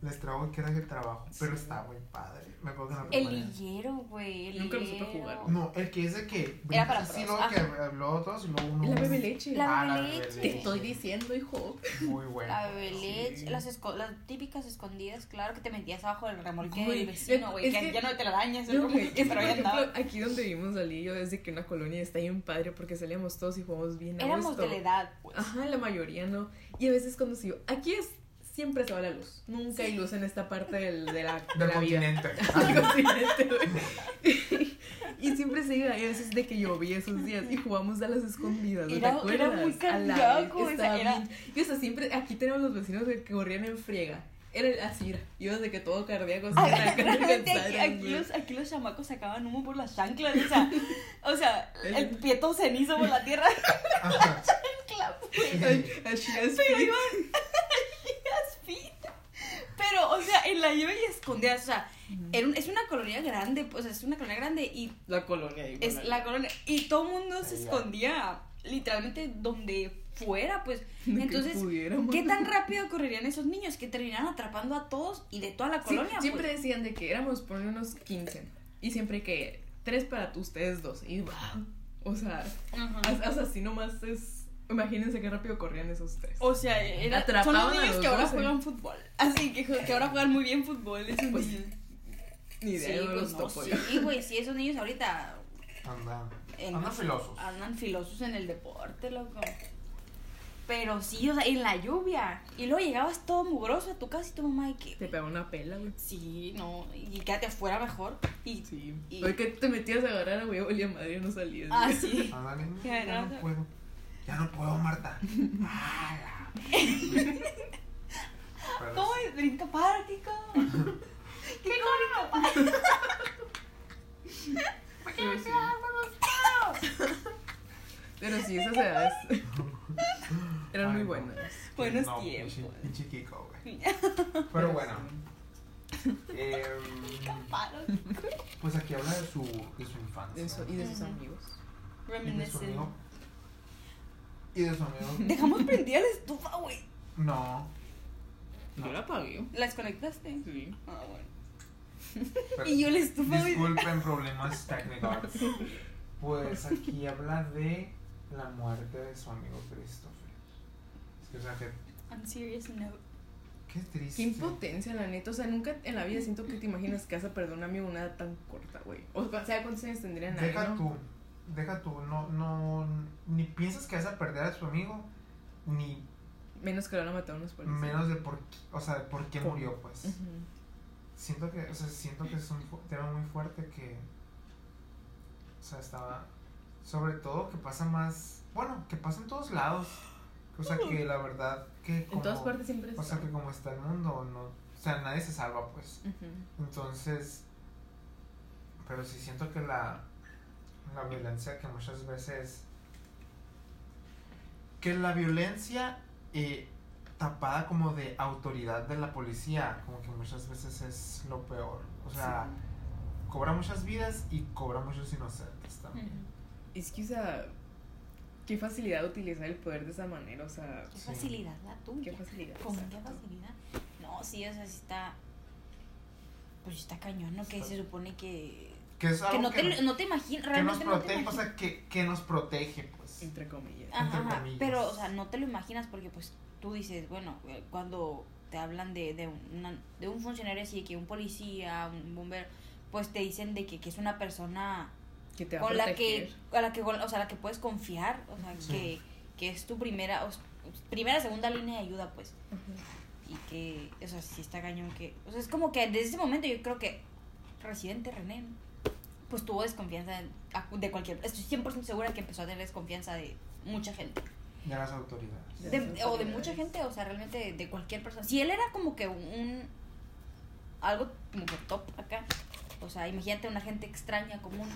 les traigo que era el trabajo. Pero está muy padre. Me acuerdo que en la El primaria. liguero, güey. El Nunca lo supe liguero. jugar. No, el que es de que. Era para Sí, pros, luego que habló dos y luego uno. La bebe leche. La- Ah, bebeleche. bebeleche. Te estoy diciendo, hijo. Muy bueno. La bebé leche, Sí. las, esco- las típicas escondidas, claro que te metías abajo del remolque Güey, del vecino, güey, es que, que- ya no te la dañas, No, no, güey, es que, pero por ahí ejemplo, andaba. aquí donde vivimos Dalí y yo desde que una colonia está bien padre porque salíamos todos y jugamos bien a Éramos gusto. de la edad, pues. Ajá, la mayoría no. Y a veces cuando se aquí es siempre se va la luz. Nunca hay luz en esta parte del, de la, de Del la vida. continente. Ah, Del continente, este, güey. y siempre se iba, y a veces de que llovía esos días y jugamos a las escondidas, ¿no Era- ¿te acuerdas? era muy A la caniaco, vez, esa estaba era- bien- Y o sea, siempre, aquí tenemos los vecinos que corrían en friega. Era así, era. ibas de que todo cardíaco, así, Ay, para que no Ah, Realmente aquí, alcanzaran, aquí güey. los, aquí los chamacos sacaban humo por las chanclas, o sea, o sea, el pie todo cenizo por la tierra. Ajá. Clap. Ay, así es. Pero iban Aspita. Pero, o sea, en la lluvia y escondidas, o sea, era un- es una colonia grande, pues es una colonia grande y La colonia. igual, es la colonia y todo el mundo se Ahí va. escondía literalmente donde fuera, pues. de que Entonces, pudiéramos. ¿qué tan rápido correrían esos niños que terminaban atrapando a todos y de toda la Sí, colonia? siempre pues? decían de que éramos por unos 15. Y siempre que tres para tú, ustedes dos. Y wow. O sea, Ajá. as- o sea, así nomás es. Imagínense qué rápido corrían esos tres. O sea, era, son Atrapaban a los niños los ¿eh? que ahora doce. juegan fútbol. Así que, que ahora juegan muy bien fútbol. Esos Pues, niños. Ni idea, yo no güey, los pues no, topo yo. sí, güey, sí, esos niños ahorita Andan. en- Andan filosos. andan filosos en el deporte, loco. Pero sí, o sea, en la lluvia. Y luego llegabas todo mugroso a tu casa y tu mamá, y Te que. pegó una pela, güey. Sí, no, y quédate afuera mejor. Y, Sí. Y- Porque te metías a agarrar a güey, olía madre y no salías. ah, güey. sí. Ándale, no, Ya ya no no. puedo. Ya no puedo, Marta. Ah, la- Pero ¿Cómo sí, es? Brinca pártico. ¿Qué cómo Pero sí. Pero sí, esas edades eran Ay, muy no. buenas. Buenos no, tiempos. pinche- Pinche Kiko, güey. Pero bueno. em, pues aquí habla de su, de su De infancia. eso- y de sus Ujú. amigos. Y de su Reminiscent. amigo. Y de su amigo. Dejamos prendida la estufa, güey. No. Yo la apagué. ¿La desconectaste? Sí. Ah, bueno. pero- Y yo la estufa, güey. Disculpen problemas técnicos. Pues aquí habla de la muerte de su amigo Christopher. Es que, o sea, que, I'm serious no. qué triste. Qué impotencia, la neta. O sea, nunca en la vida siento que te imaginas que vas a perder a un amigo una edad tan corta, güey. O sea, ¿cuántos años tendrían ahí, Deja no? tú, deja tú, no, no, ni piensas que vas a perder a tu amigo, ni Menos que lo van a matar unos policías. menos de por, qué- o sea, de por qué Por- murió, pues. Ujú. Siento que, o sea, siento que es un fu- tema muy fuerte que, o sea, estaba, sobre todo que pasa más, bueno, que pasa en todos lados, o sea, que la verdad que como, En todas partes siempre o está. sea, que como está el mundo, no, o sea, nadie se salva, pues. Ujú. Entonces, pero sí siento que la, la violencia que muchas veces, que la violencia eh, tapada como de autoridad de la policía, como que muchas veces es lo peor. O sea, cobra muchas vidas y cobra muchos inocentes Mm. también. Es que, o sea, qué facilidad utilizar el poder de esa manera. O sea, Qué Sí. facilidad la tuya. qué facilidad. Con exacto. qué facilidad. No, sí, o sea, sí está. Pues sí está cañón, ¿no? Que Está- se supone que. Que es algo Que no que, te, no te imaginas. que nos Realmente no te protege, o imaginas. sea, que, que nos protege, pues. Entre comillas. Ah. entre Ajá, ajá, comillas. pero, o sea, no te lo imaginas porque, pues, tú dices, bueno, eh, cuando te hablan de, de, una- de un funcionario así, de que un policía, un bombero, pues te dicen de que, que es una persona Que te va con a la proteger. que, a la que, con- o sea, la que puedes confiar, o sea, Sí. que, que es tu primera, o s- primera, segunda línea de ayuda, pues, Ujú. y que, o sea, sí está cañón que, o sea, es como que desde ese momento yo creo que Residente René, ¿no? pues tuvo desconfianza de, de cualquier, estoy 100% segura que empezó a tener desconfianza de mucha gente. De las autoridades. De De- las o de autoridades. mucha gente, o sea, realmente de, de cualquier persona. Si él era como que un. algo como que top acá. O sea, imagínate una gente extraña, común.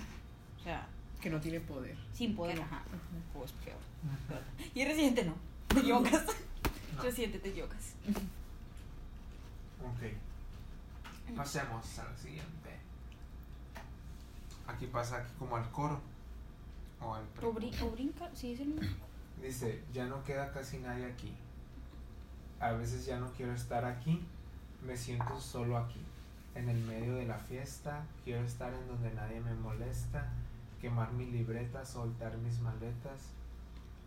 O sea, Que no tiene poder. sin poder, ajá. Ajá. Pues peor. Y residente no. Te equivocas. No. Residente te equivocas. Ok. Pasemos al siguiente. Aquí pasa aquí como al coro. O al pre- O, brin- o brinca, sí, es el mismo. Dice, ya no queda casi nadie aquí. A veces ya no quiero estar aquí. Me siento solo aquí. En el medio de la fiesta. Quiero estar en donde nadie me molesta. Quemar mi libreta, soltar mis maletas.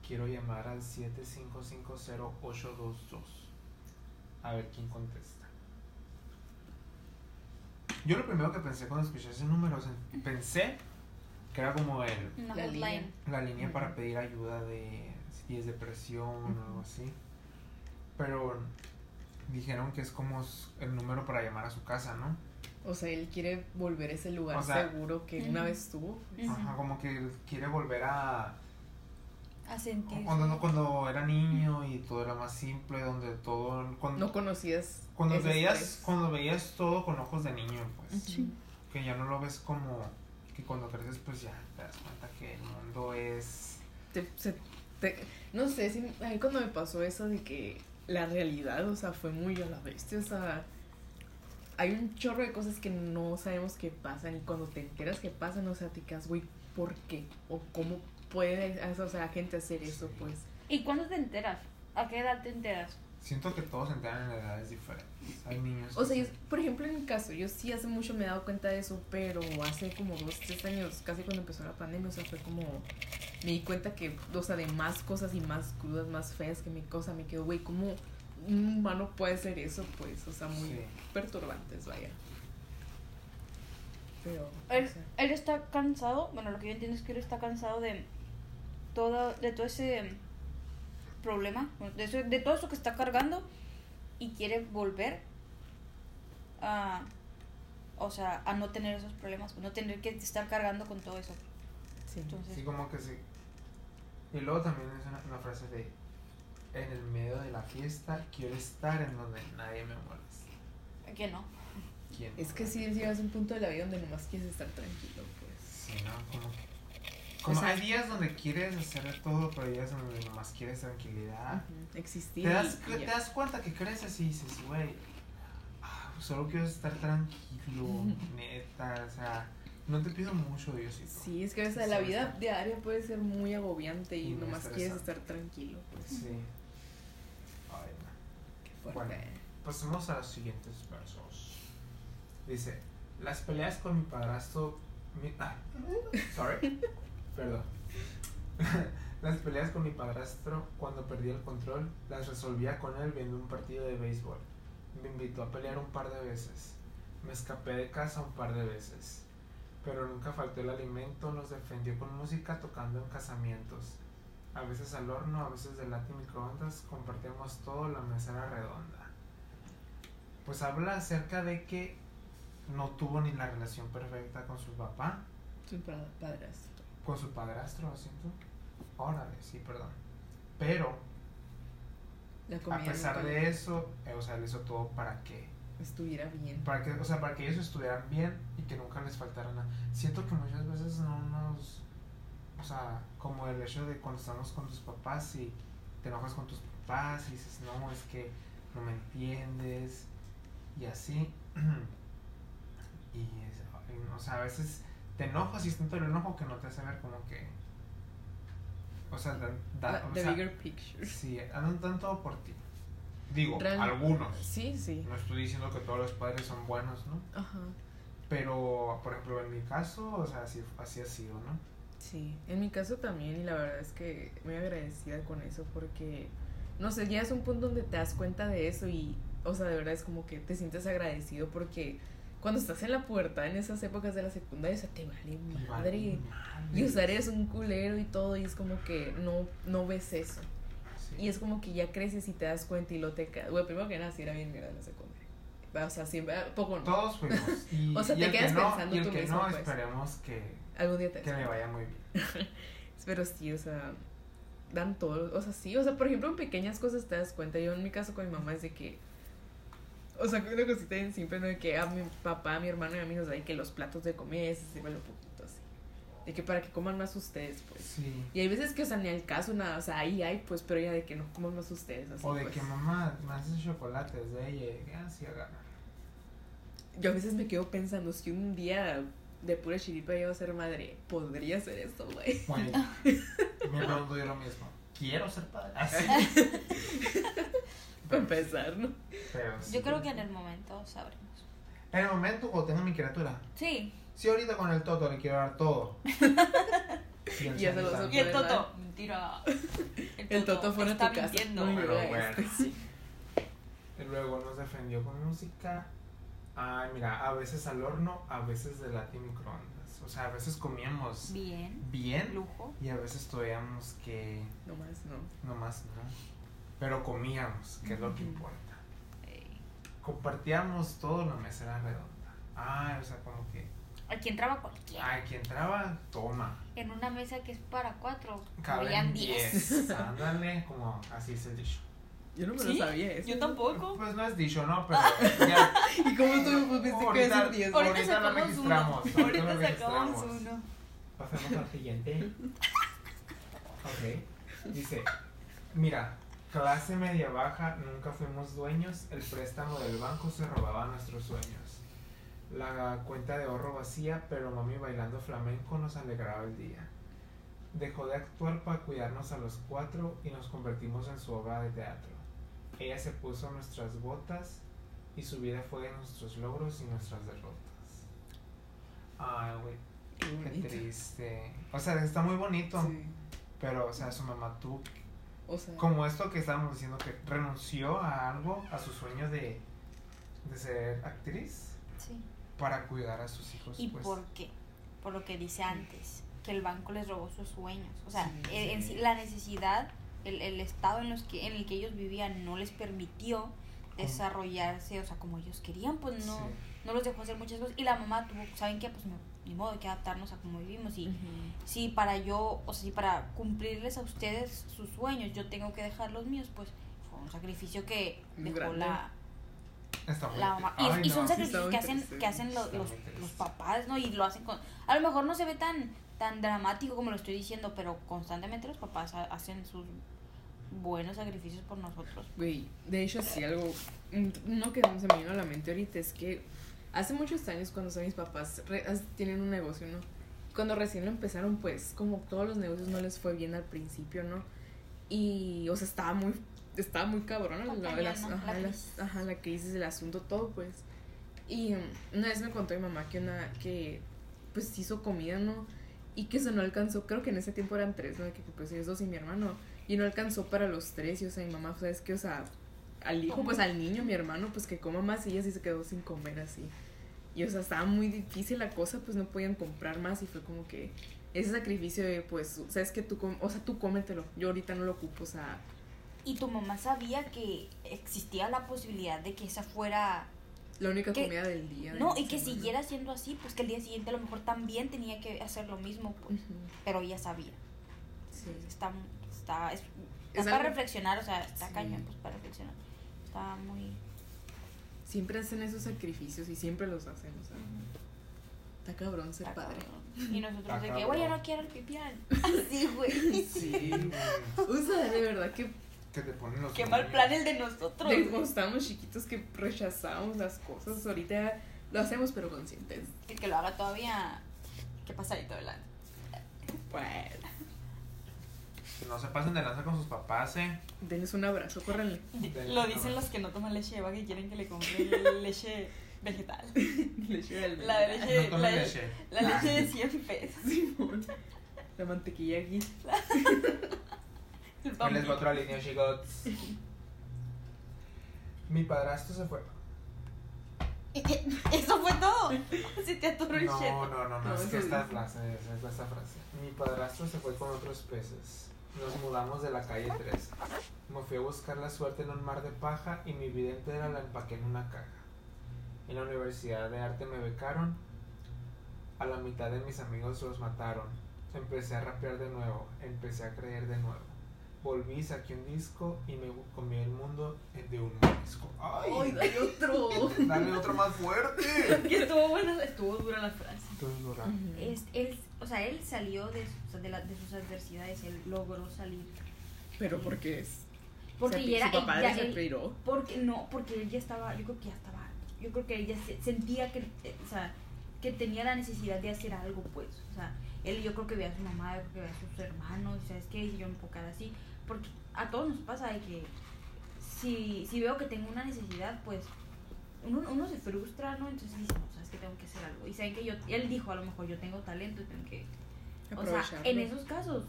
Quiero llamar al 7550822. A ver quién contesta. Yo lo primero que pensé cuando escuché ese número, o sea, pensé que era como el Una La línea. hotline. la línea para Ujú. pedir ayuda de si es depresión o algo Ujú. así. Pero dijeron que es como s- el número para llamar a su casa, ¿no? O sea, él quiere volver a ese lugar O sea- seguro que una Ujú. vez tuvo. pues, Ujú. Ajá, como que quiere volver a A sentir. cuando no- cuando era niño y todo era más simple, donde todo cuando No conocías. cuando ese veías estrés. cuando veías todo con ojos de niño, pues. Sí. que ya no lo ves como que cuando creces pues ya te das cuenta que el mundo es Te- se- te- no sé, si, a mí cuando me pasó eso de que la realidad, o sea, fue muy a la bestia, o sea, hay un chorro de cosas que no sabemos que pasan y cuando te enteras que pasan, o sea, te quedas, güey, ¿por qué? O cómo puede, o sea, la gente hacer eso, Sí. pues. ¿Y cuándo te enteras? ¿A qué edad te enteras? siento que todos entran en edades diferentes hay niños O que sea, yo- se- por ejemplo, en mi caso, yo sí hace mucho me he dado cuenta de eso, pero hace como dos, tres años, casi cuando empezó la pandemia, o sea, fue como. Me di cuenta que, o sea, de más cosas y más crudas, más feas que mi cosa, me quedo, güey, ¿cómo un humano puede hacer eso? Pues, o sea, muy Sí. perturbantes, vaya. Pero. Él, o sea, él está cansado, bueno, lo que yo entiendo es que él está cansado de todo, de todo ese problema, bueno, de, eso- de todo eso que está cargando y quiere volver a, o sea, a no tener esos problemas, no tener que estar cargando con todo eso. sí. Entonces, Sí, como que sí. Y luego también es una, una frase de, en el medio de la fiesta quiero estar en donde nadie me moleste. que no. ¿Quién? Es que sí, llegas a un punto de la vida donde nomás quieres estar tranquilo, pues. Sí, ¿no? Como que... Como sea- hay días donde quieres hacer de todo, pero hay días donde nomás quieres tranquilidad. Ujú, Existir. Ah. te, das, y- cu- y te ya. das cuenta que creces y dices, güey, ah, solo quiero estar tranquilo, neta, o sea, no te pido mucho, Diosito. Sí, es que a veces la vida diaria puede ser muy agobiante y Y muy nomás quieres estresante. estar tranquilo. Pues, Sí. Ay, no. qué Bueno. fuerte. Pasemos a los siguientes versos. Dice, las peleas con mi padrastro... mi- ah, sorry. Perdón. las peleas con mi padrastro cuando perdí el control las resolvía con él viendo un partido de béisbol. Me invitó a pelear un par de veces. Me escapé de casa un par de veces. Pero nunca faltó el alimento, nos defendió con música tocando en casamientos. A veces al horno, a veces de lata y microondas, compartíamos todo, la mesa era redonda pues habla acerca de que no tuvo ni la relación perfecta con su papá, Tu pa- padrastro. con su padrastro, ¿lo siento? Órale, sí, perdón. Pero, La a comida pesar nunca de eso, eh, o sea, él hizo todo para que, estuviera bien. para que, o sea, para que ellos estuvieran bien y que nunca les faltara nada. Siento que muchas veces no nos, o sea, como el hecho de cuando estamos con tus papás y te enojas con tus papás y dices, no, es que no me entiendes y así. y, es- ay, no, o sea, a veces te enojas y es tanto el enojo que no te hace ver como que, o sea, da- da- La- o Ah, the sea, bigger picture. sí, andan tanto por ti. Digo, Real- algunos. Sí, sí. No estoy diciendo que todos los padres son buenos, ¿no? Ajá. Pero, por ejemplo, en mi caso, o sea, así, así ha sido, ¿no? Sí. En mi caso también, y la verdad es que muy agradecida con eso porque, no sé, llegas a un punto donde te das cuenta de eso y, o sea, de verdad es como que te sientes agradecido porque cuando estás en la puerta, en esas épocas de la secundaria, o sea, te vale Y madre. vale madre. Y usar es un culero y todo, y es como que no, no ves eso. Sí. Y es como que ya creces y te das cuenta y lo te quedas. Güey, primero que nada, si era bien mierda en la secundaria. O sea, siempre, ah, poco no. Todos fuimos. Y, O sea, y te el que quedas no- pensando y el tú que mismo, no, pues. esperemos que, Algún día te que das me cuenta. vaya muy bien. Pero sí, o sea, dan todo. O sea, sí, o sea, por ejemplo, en pequeñas cosas te das cuenta. Yo en mi caso con mi mamá es de que. O sea, una cosita bien simple, ¿no? De que a mi papá, a mi hermano y a mí nos da de que los platos de comida y se sirven lo poquito así. De que para que coman más ustedes, pues. Sí. Y hay veces que, o sea, ni al caso nada, o sea, ahí hay, pues, pero ya de que no coman más ustedes. Así, O de pues. que mamá me haces chocolates de ella. Ah, sí, agarra. Yo a veces me quedo pensando, si un día de pura chiripa llego a ser madre, podría ser esto, güey. Bueno, me pregunto yo lo mismo. Quiero ser padre. Ah, Así. Para empezar, ¿no? Pero sí. Yo creo que en el momento sabremos. En el momento cuando tenga mi criatura. Sí. Si ahorita con el Toto le quiero dar todo. Ya se lo Pienso en Y el ¿Verdad? Toto. Mentira. El Toto fuera a está tu casa. mintiendo. No, Pero Mira bueno. este. sí. Y luego nos defendió con música. Ay, mira, a veces al horno, a veces de lata y microondas. O sea, a veces comíamos Bien. bien Lujo. y a veces todavíamos que Nomás, no. nomás no. Pero comíamos, que es lo que Ujú. importa. Ey. Compartíamos todo en la mesa era redonda. Ay, o sea, como que. Aquí entraba cualquiera. Ay, quien traba, toma. En una mesa que es para cuatro. Caben Cabían 10. diez. Ándale, como así es el dicho. Yo no me ¿Sí? lo sabía eso. Yo tampoco. Pues no es dicho, ¿no? Pero ya. ¿Y cómo tú pues, viste que iba a Ahorita- ser 10? Ahorita Ahorita lo sacamos uno. registramos, ahorita lo Ahorita sacamos registramos. uno. Pasemos al siguiente. Ok. Dice, mira, clase media baja, nunca fuimos dueños, el préstamo del banco se robaba nuestros sueños. La cuenta de ahorro vacía, pero mami bailando flamenco nos alegraba el día. Dejó de actuar para cuidarnos a los cuatro y nos convertimos en su obra de teatro. Ella se puso nuestras botas y su vida fue de nuestros logros y nuestras derrotas. Ay, güey, Qué Qué bonito. triste. O sea, está muy bonito, Sí. pero, o sea, su mamá tuvo, O sea, como esto que estábamos diciendo, que renunció a algo, a su sueño de, de ser actriz, Sí. para cuidar a sus hijos. ¿Y pues. por qué? Por lo que dice antes, que el banco les robó sus sueños. O sea, Sí, en- en sí. sí, la necesidad, el, el estado en, los que, en el que ellos vivían no les permitió desarrollarse, o sea, como ellos querían, pues no, Sí. no los dejó hacer muchas cosas. Y la mamá tuvo, ¿saben qué? Pues no, ni modo, hay que adaptarnos a cómo vivimos. Y ujú. si para yo, o sea, si para cumplirles a ustedes sus sueños yo tengo que dejar los míos, pues fue un sacrificio que Muy dejó grande. la, Está muy la tri- mamá. Y, Ay, y no, son sí está sacrificios muy que hacen, triste. que hacen lo- Está los, muy triste. los papás, ¿no? Y lo hacen con... A lo mejor no se ve tan, tan dramático como lo estoy diciendo, pero constantemente los papás ha- hacen sus buenos sacrificios por nosotros. Güey, de hecho, sí, algo. No que se me vino a la mente ahorita es que hace muchos años, cuando son mis papás, re- as- tienen un negocio, ¿no? Cuando recién lo empezaron, pues, como todos los negocios no les fue bien al principio, ¿no? Y, o sea, estaba muy. Estaba muy cabrón Está la, cañón, las- ¿no? ajá, La las- crisis. ajá, la crisis, el asunto, todo, pues. Y um, una vez me contó mi mamá que una. que pues hizo comida, ¿no? Y que eso no alcanzó, creo que en ese tiempo eran tres, ¿no? Que pues ellos dos y mi hermano. Y no alcanzó para los tres, y o sea, mi mamá, ¿sabes qué? O sea, al hijo, pues al niño, mi hermano, pues que coma más, y ella sí se quedó sin comer así. Y o sea, estaba muy difícil la cosa, pues no podían comprar más, y fue como que ese sacrificio de, pues, ¿sabes que Tú, com- o sea, tú cómetelo, yo ahorita no lo ocupo, o sea, Y tu mamá sabía que existía la posibilidad de que esa fuera... la única Que- comida del día. de No, la y que semana. siguiera siendo así, pues que el día siguiente a lo mejor también tenía que hacer lo mismo, pues. Ujú, Pero ella sabía. Sí. Está, está, es, Es es para algo- reflexionar, o sea, está Sí. cañón, pues para reflexionar. Está muy... Siempre hacen esos sacrificios y siempre los hacen, o sea, está cabrón ser Está padre. cabrón. Y nosotros Está de que, cabrón. güey, yo no quiero el pipián. Así, güey. Sí, güey, O sea, de verdad que que te ponen los Qué mal moños. plan el de nosotros. de cuando estábamos chiquitos que rechazábamos las cosas, ahorita lo hacemos pero conscientes. El que lo haga todavía, qué pasadito adelante. Pues, Que no se pasen de lanza con sus papás, ¿eh? denles un abrazo, córrenle. Del- Lo dicen los que no toman leche de vaca y quieren que le compren leche vegetal. Leche de La de leche, no la, tomen de- leche. la leche de 100 pesos. Simón. La mantequilla aquí. El Ahí les va bambú. otra línea, chicos. Mi padrastro se fue. Eso fue todo. Se te atoró el shit. No, no, no, no, No, es eso que esta dice. frase, es esta frase. Mi padrastro se fue con otros peces. Nos mudamos de la calle 3. Me fui a buscar la suerte en un mar de paja y mi vida entera la empaqué en una caja. En la Universidad de Arte me becaron. A la mitad de mis amigos los mataron. Empecé a rapear de nuevo. Empecé a creer de nuevo. volví, saqué un disco y me comí el mundo de un disco. ¡Ay, ¡Ay! dale otro! Dale otro más fuerte. Que estuvo buena, estuvo dura la frase. Entonces, dura. Es, él, o sea, él salió de, su- o sea, de, la- de sus adversidades, él logró salir. Pero porque es. Porque se- ya era su papá ya él- desesperó. Porque no, porque él ya estaba, yo creo que ya estaba, yo creo que él ya se- sentía que, eh, o sea, que tenía la necesidad de hacer algo, pues, o sea, él yo creo que veía a su mamá, yo creo que veía a sus hermanos, o sea, es que yo me puedo quedar así, porque a todos nos pasa de que si, si veo que tengo una necesidad, pues, uno, uno se frustra, ¿no? Entonces dice, no, sabes que tengo que hacer algo, y saben que yo, él dijo, a lo mejor yo tengo talento y tengo que o sea, Aprovecharlo. en esos casos,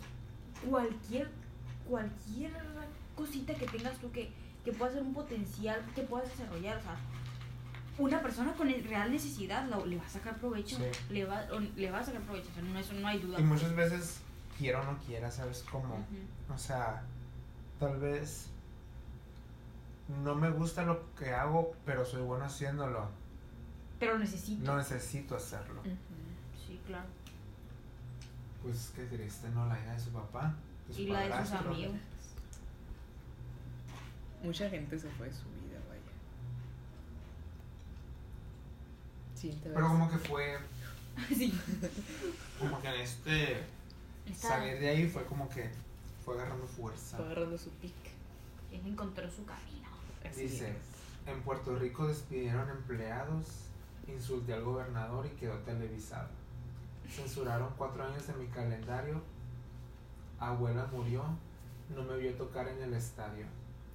cualquier, cualquier cosita que tengas tú que, que pueda ser un potencial, que puedas desarrollar, o sea, una persona con el- real necesidad la- le va a sacar provecho, Sí. le, va, o le va a sacar provecho, o sea, no, eso no hay duda. Y muchas veces, quiera o no quiera, ¿sabes cómo? Ujú. O sea, tal vez no me gusta lo que hago, pero soy bueno haciéndolo. Pero necesito. No necesito hacerlo. Ujú. Mm. Sí, claro. Pues qué triste, ¿no? La hija de su papá. de su Y la de sus padrastro. amigos. Mucha gente se fue de su vida, vaya. Sí, te Pero como que fue, sí. como que en este Esta- salir de ahí fue como que fue agarrando fuerza. Fue agarrando su pic. él encontró su camino. Así Dice. es. En Puerto Rico despidieron empleados, insulté al gobernador y quedó televisado. Censuraron cuatro años de mi calendario, abuela murió, no me vio tocar en el estadio.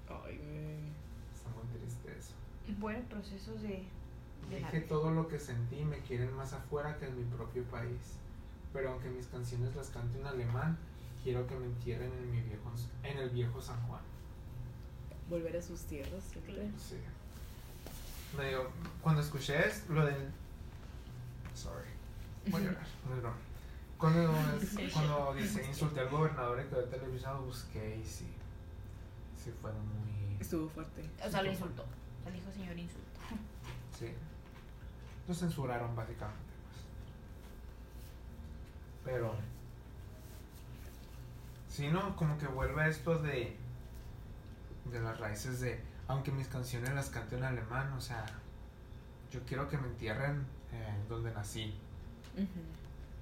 Ay, güey. Está muy triste eso. Buenos procesos de... De la Dije vida. todo lo que sentí, me quieren más afuera que en mi propio país. Pero aunque mis canciones las cante en alemán, quiero que me entierren en, mi viejo, en el viejo San Juan. Volver a sus tierras siempre. Sí. Me dio- cuando escuché es- lo del. Sorry. Voy a llorar, no es broma. Cuando, es- cuando dice insulté al gobernador y quedó televisado, busqué y sí. Sí, fue muy. Estuvo fuerte. O sea, le insultó. O sea, le dijo señor insulto. Sí. Lo censuraron básicamente. pues. Pero. Sí, ¿no? Como que vuelve a esto de. De las raíces de. Aunque mis canciones las canto en alemán, o sea. Yo quiero que me entierren eh, donde nací. Ujú.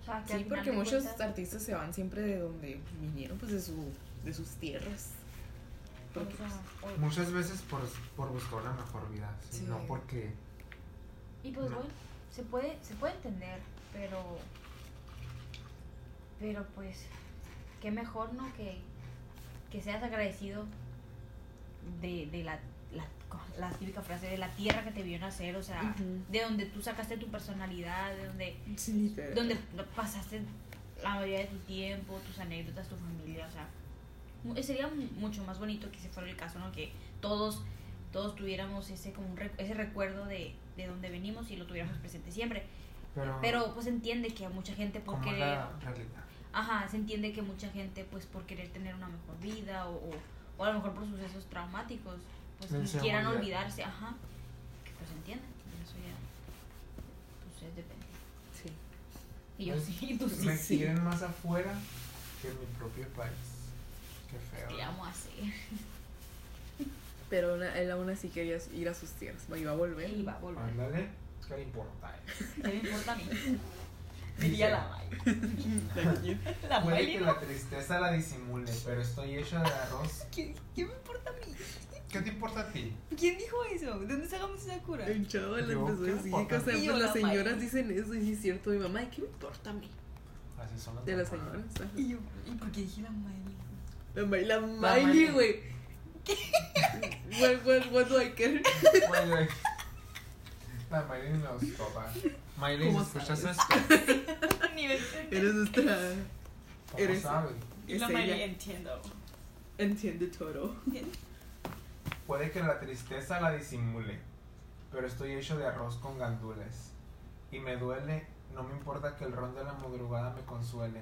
O sea, que al Sí, final porque de muchos cuentas- artistas se van siempre de donde vinieron, pues de, su, de sus tierras. Porque, pues, o sea, o- Muchas veces por, por buscar una mejor vida, ¿sí? Sí. no porque. Y pues No. bueno, se puede, se puede entender, pero. Pero pues, qué mejor, ¿no? Que, que seas agradecido de, de la, la, la típica frase de la tierra que te vio nacer, o pues, sea, Ujú. de donde tú sacaste tu personalidad, de donde, sí, literal. donde pasaste la mayoría de tu tiempo, tus anécdotas, tu familia, o sea. mu- Sería mu- mucho más bonito que ese fuera el caso, ¿no? Que todos, todos tuviéramos ese, como un recu- ese recuerdo de, de dónde venimos y lo tuviéramos presente siempre. Pero. Pero pues entiende que a mucha gente por como querer... la realidad. Ajá, se entiende que mucha gente pues por querer tener una mejor vida o, o, o a lo mejor por sucesos traumáticos, pues Del que quieran seguridad. olvidarse, ajá. Que pues entiende, eso ya... Pues es depende. Sí. Y yo Pues, sí, tú sí. me sí. quieren más afuera que en mi propio país. Qué feo. ¿Qué ¿no? vamos a hacer? Pero una- él aún así quería ir a sus tierras, bueno, iba a volver. Y va a volver. Ándale, ¿qué le importa? eh? ¿Qué me importa a mí? Dice, Diría la May. La Puede May que dijo, la tristeza la disimule, pero estoy hecha de arroz. ¿Qué, qué me importa a mí? ¿Qué te importa a ti? ¿Quién dijo eso? ¿De dónde sacamos esa cura? El chavo le Yo, empezó a ¿qué decir, importa? o sea, Y pues yo, las la señoras madre. dicen eso, y sí es cierto, mi mamá, ¿y qué me importa a mí? Así son las De las mamás. señoras. ajá. Y yo, ¿y por qué dije la May? La, Ma- la Miley. Miley, güey. What, what, what do I care? Bueno, La Miley ni los topa. Miley, si ¿Cómo escuchas sabes? esto, Nivel Eres nuestra... ¿cómo Eres- sabes? es Este, ella. entiendo. Entiende todo. Puede que la tristeza la disimule, pero estoy hecho de arroz con gandules. Y me duele, no me importa que el ron de la madrugada me consuele.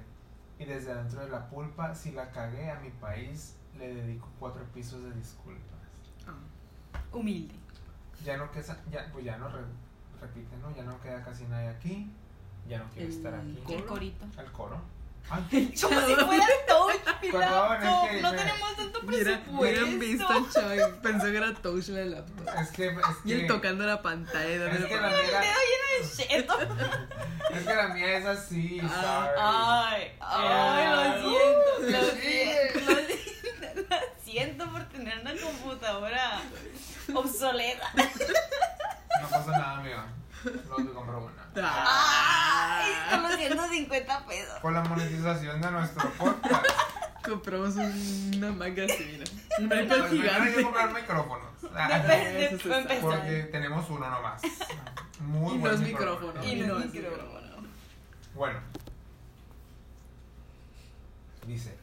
Y desde dentro de la pulpa, si la cagué a mi país, le dedico cuatro pisos de disculpas. Ah. Humilde. ya no que ya pues ya no re- repite no ya no queda casi nadie aquí ya no quiero El estar aquí coro. El corito. el coro Ay, Como si fuera todo un Perdón, es que No me- tenemos tanto Mira, hubieran visto presupuesto. a Choy. Pensó que era Touch la laptop. Es que. Es Y él que- tocando la pantalla. Es dándole que pa- la mía. Cheto. Es que la mía es así, Ah, sorry. Ay, ay, lo siento. Lo siento. Lo siento, lo siento por tener una computadora obsoleta. No pasa nada, amigo. Luego te compro una. Ay, Ah. solo 150 pesos. Con la monetización de nuestro podcast. Compramos una magazine. Un Pues iPad me tengo que gigante. comprar micrófonos. Ah, Depende, eso sí para empezar. Porque tenemos uno nomás. Muy Y buen dos micrófonos. Y no es micrófono. Bueno. Dice.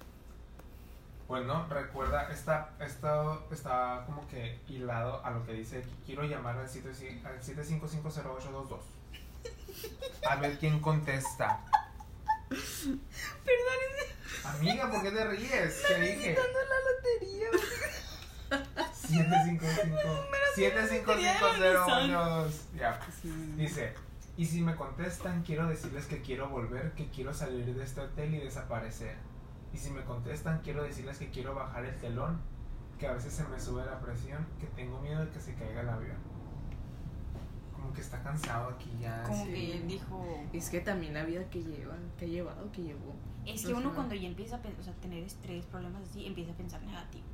Bueno, recuerda, está, está, está como que hilado a lo que dice aquí. Quiero llamar al, 75- al 7550822. A ver quién contesta. Amiga, ¿por qué te ríes? ¿Qué dije? la lotería. 755 7550822. Ya. Sí. Dice, y si me contestan, quiero decirles que quiero volver, que quiero salir de este hotel y desaparecer. Y si me contestan, quiero decirles que quiero bajar el telón, que a veces se me sube la presión, que tengo miedo de que se caiga el avión. Como que está cansado aquí ya. Ah, Como sí. que dijo. Es que también la vida que lleva, que ha llevado, que llevó. Es que uno Ajá. cuando ya empieza a pens- o sea, tener estrés, problemas así, empieza a pensar negativo.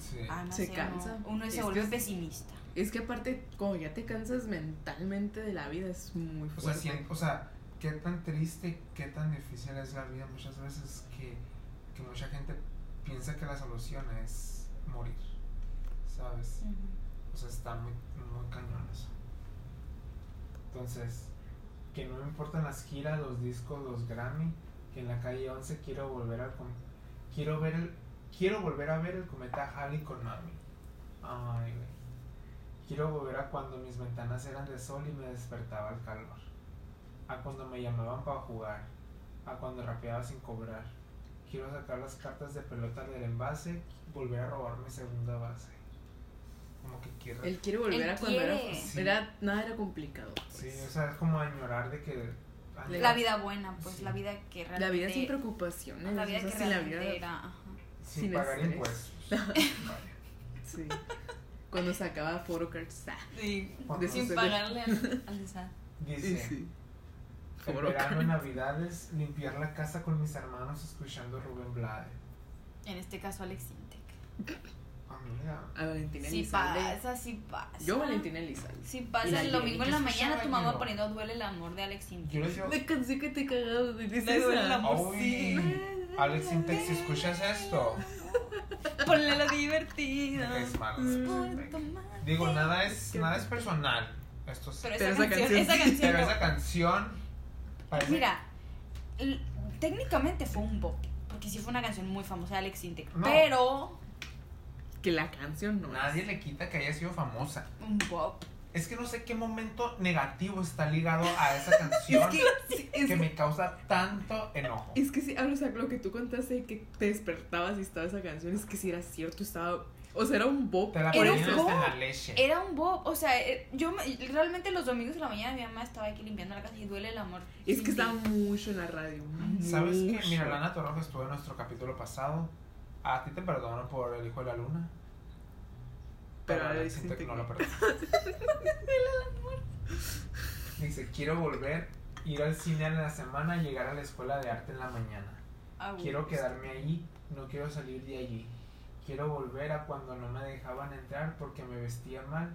Sí. Ah, no Se sé, cansa. no. Uno Es se que vuelve es- pesimista. Es que aparte, como ya te cansas mentalmente de la vida, es muy O sea, fuerte. sien- o sea, qué tan triste, qué tan difícil es la vida muchas veces que, que mucha gente piensa que la solución es morir. ¿Sabes? O sea, está muy, muy cañón eso. Entonces, que no me importan las giras, los discos, los Grammy, que en la calle 11 quiero volver al com- quiero ver el quiero volver a ver el cometa Halley con mami. Ay, güey. Quiero volver a cuando mis ventanas eran de sol y me despertaba el calor. A cuando me llamaban para jugar. A cuando rapeaba sin cobrar. Quiero sacar las cartas de pelota del envase, volver a robar mi segunda base. Como que quiero Él quiere volver Él a cuando era, quiere. fácil. era. Nada era complicado. Sí, pues. o sea, es como añorar de que... Le- La vida buena, pues Sí. la vida que realmente. la vida sin preocupaciones. La vida o sea, que sin la realmente vida- era. ajá. Sin, sin pagar estrés. impuestos. Vaya. Sí. Cuando sacaba photocards. ah, Sí, Cuando sin sin se- pagarle al, al SAT. Dice, sí. el Foro verano Card. en navidades, limpiar la casa con mis hermanos escuchando Rubén Blade. En este caso, Alex Intec. Amiga, A Valentina Si Elizalde. pasa, si pasa. Yo, Valentina Elizalde. Si Y pasa la el domingo Yoli, en la que mañana, escuchaba tu mamá yo. poniendo duele el amor de Alex Intec. yo les digo, Me cansé que te cagabas. ¿de qué es Me duele esa? la mo- "Uy, Alex Sintek, si escuchas esto, Ponle lo divertido. es malo. Por Alex Sintek. tomar. Digo, nada es, nada es personal. Esto es, Pero pero, esa, Pero esa canción, canción esa sí. canción. no. esa canción... parece- Mira, l- técnicamente fue un bop. Porque sí fue una canción muy famosa de Alex Intec. No. Pero, Que la canción no. es. Nadie le quita que haya sido famosa. un bop. Es que no sé qué momento negativo está ligado a esa canción que, Sí, es que- me causa tanto enojo. Es que sí, ah, o sea, lo que tú contaste de que te despertabas y estaba esa canción, es que sí era cierto, estaba. O sea, era un bop. Te la Era ponían un hasta bop. en la leche. Era un bop. O sea, eh, yo me- realmente los domingos de la mañana mi mamá estaba aquí limpiando la casa y duele el amor. Es que estaba está mucho en la radio. ¿Sabes qué? mucho. Mira, Lana Torroja estuvo en nuestro capítulo pasado. A ti te perdono por el hijo de la luna. Pero a ahora Alex dicen Sintek que- no lo perdono. Dice, quiero volver, ir al cine en la semana, llegar a la escuela de arte en la mañana. Quiero pues, quedarme allí, no quiero salir de allí. Quiero volver a cuando no me dejaban entrar porque me vestía mal.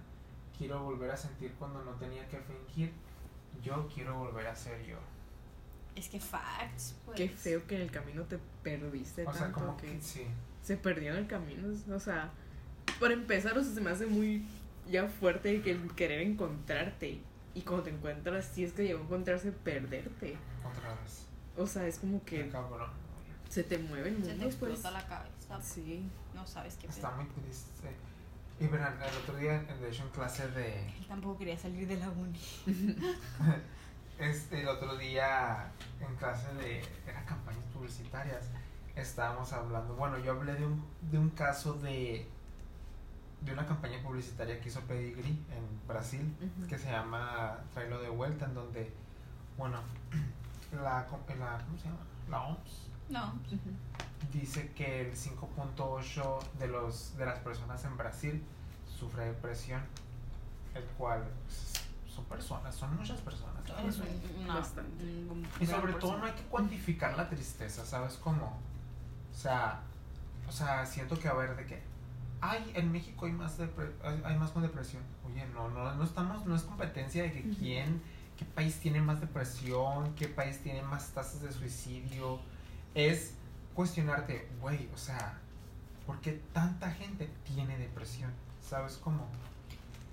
Quiero volver a sentir cuando no tenía que fingir. Yo quiero volver a ser yo. Es que facts. Pues. Qué feo que en el camino te perdiste O sea, tanto como que, que sí. se perdió en el camino. O sea, para empezar, o sea, se me hace muy ya fuerte que el querer encontrarte. Y cuando te encuentras, si es que llegó a encontrarse, perderte. Otra vez. O sea, es como Qué que cabrón. se te mueven Se te mundos, pues. explota la cabeza. Sí. No sabes qué Está pedo. muy triste. Y verán, el otro día, de hecho, en clase de, Él tampoco quería salir de la uni. Este, el otro día en clase de era campañas publicitarias estábamos hablando, bueno, yo hablé de un, de un caso de de una campaña publicitaria que hizo Pedigree en Brasil Ujú. que se llama Trailo de vuelta en donde bueno, la, co- la ¿cómo se llama? La OMS No. dice que el 5.8 de los de las personas en Brasil sufre depresión, el cual pues, son personas, son muchas personas. la verdad. No, Bastante. un Y gran sobre todo no porcentaje. hay que cuantificar la tristeza, ¿sabes cómo? O sea, o sea, siento que a ver de qué. Ay, en México hay más depre- hay, hay más con depresión. Oye, no, no, no estamos, no es competencia de que Ujú. quién, qué país tiene más depresión, qué país tiene más tasas de suicidio. Es cuestionarte, güey, o sea, ¿por qué tanta gente tiene depresión? ¿Sabes cómo?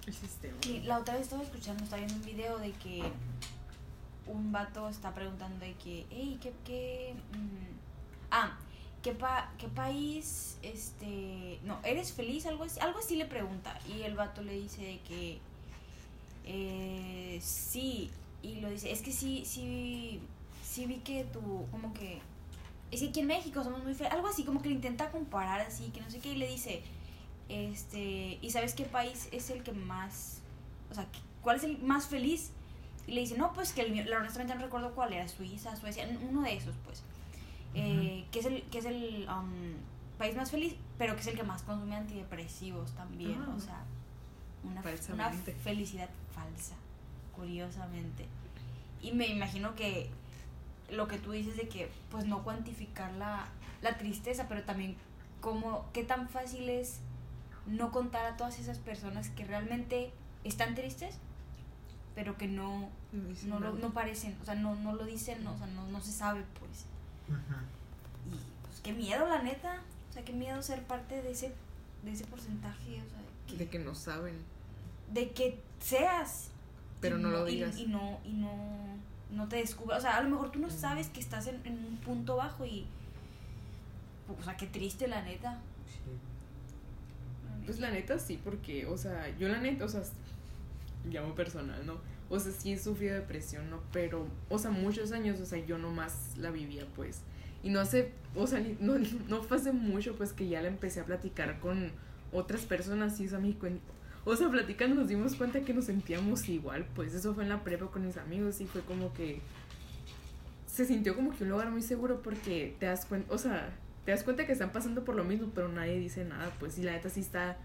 El sistema. Sí, la otra vez estaba escuchando, estaba viendo un video de que un vato está preguntando de que, hey, ¿qué, qué, mm, ah, ¿qué, pa- qué país, este, no, ¿eres feliz? Algo así, algo así le pregunta y el vato le dice de que, eh, sí, y lo dice, es que sí, sí, sí vi que tú, como que, es que aquí en México somos muy felices, algo así, como que le intenta comparar así, que no sé qué, y le dice, este, ¿y sabes qué país es el que más, o sea, qué- cuál es el más feliz? Y le dice, no, pues que el mío, la- honestamente no recuerdo cuál era, Suiza, Suecia, n- uno de esos, pues, eh, que es el, que es el um, país más feliz, pero que es el que más consume antidepresivos también, Ah. o sea, una, una Falsamente. felicidad falsa, curiosamente. Y me imagino que lo que tú dices de que, pues, no cuantificar la, la tristeza, pero también cómo, qué tan fácil es no contar a todas esas personas que realmente están tristes, pero que no, no, lo- no parecen, o sea, no, no lo dicen, no, o sea, no, no se sabe, pues. Y pues qué miedo, la neta. O sea, qué miedo ser parte de ese, de ese porcentaje, o sea, que- De que no saben. de que seas. Pero y no lo digas. Mm. Y, y no, y no, no te descubras. O sea, a lo mejor tú no sabes que estás en, en un punto bajo y. O sea, qué triste, la neta. Pues la neta sí, porque, o sea, yo la neta, o sea, llamo personal, ¿no? O sea, sí he sufrido depresión, ¿no? Pero, o sea, muchos años, o sea, yo nomás la vivía, pues. Y no hace, o sea, ni- no, no fue hace mucho, pues, que ya la empecé a platicar con otras personas y, o sea, mi cuen- O sea, platicando nos dimos cuenta que nos sentíamos igual, pues eso fue en la prepa con mis amigos y fue como que se sintió como que un lugar muy seguro porque te das cuenta, o sea, te das cuenta que están pasando por lo mismo, pero nadie dice nada, pues, y la neta sí está,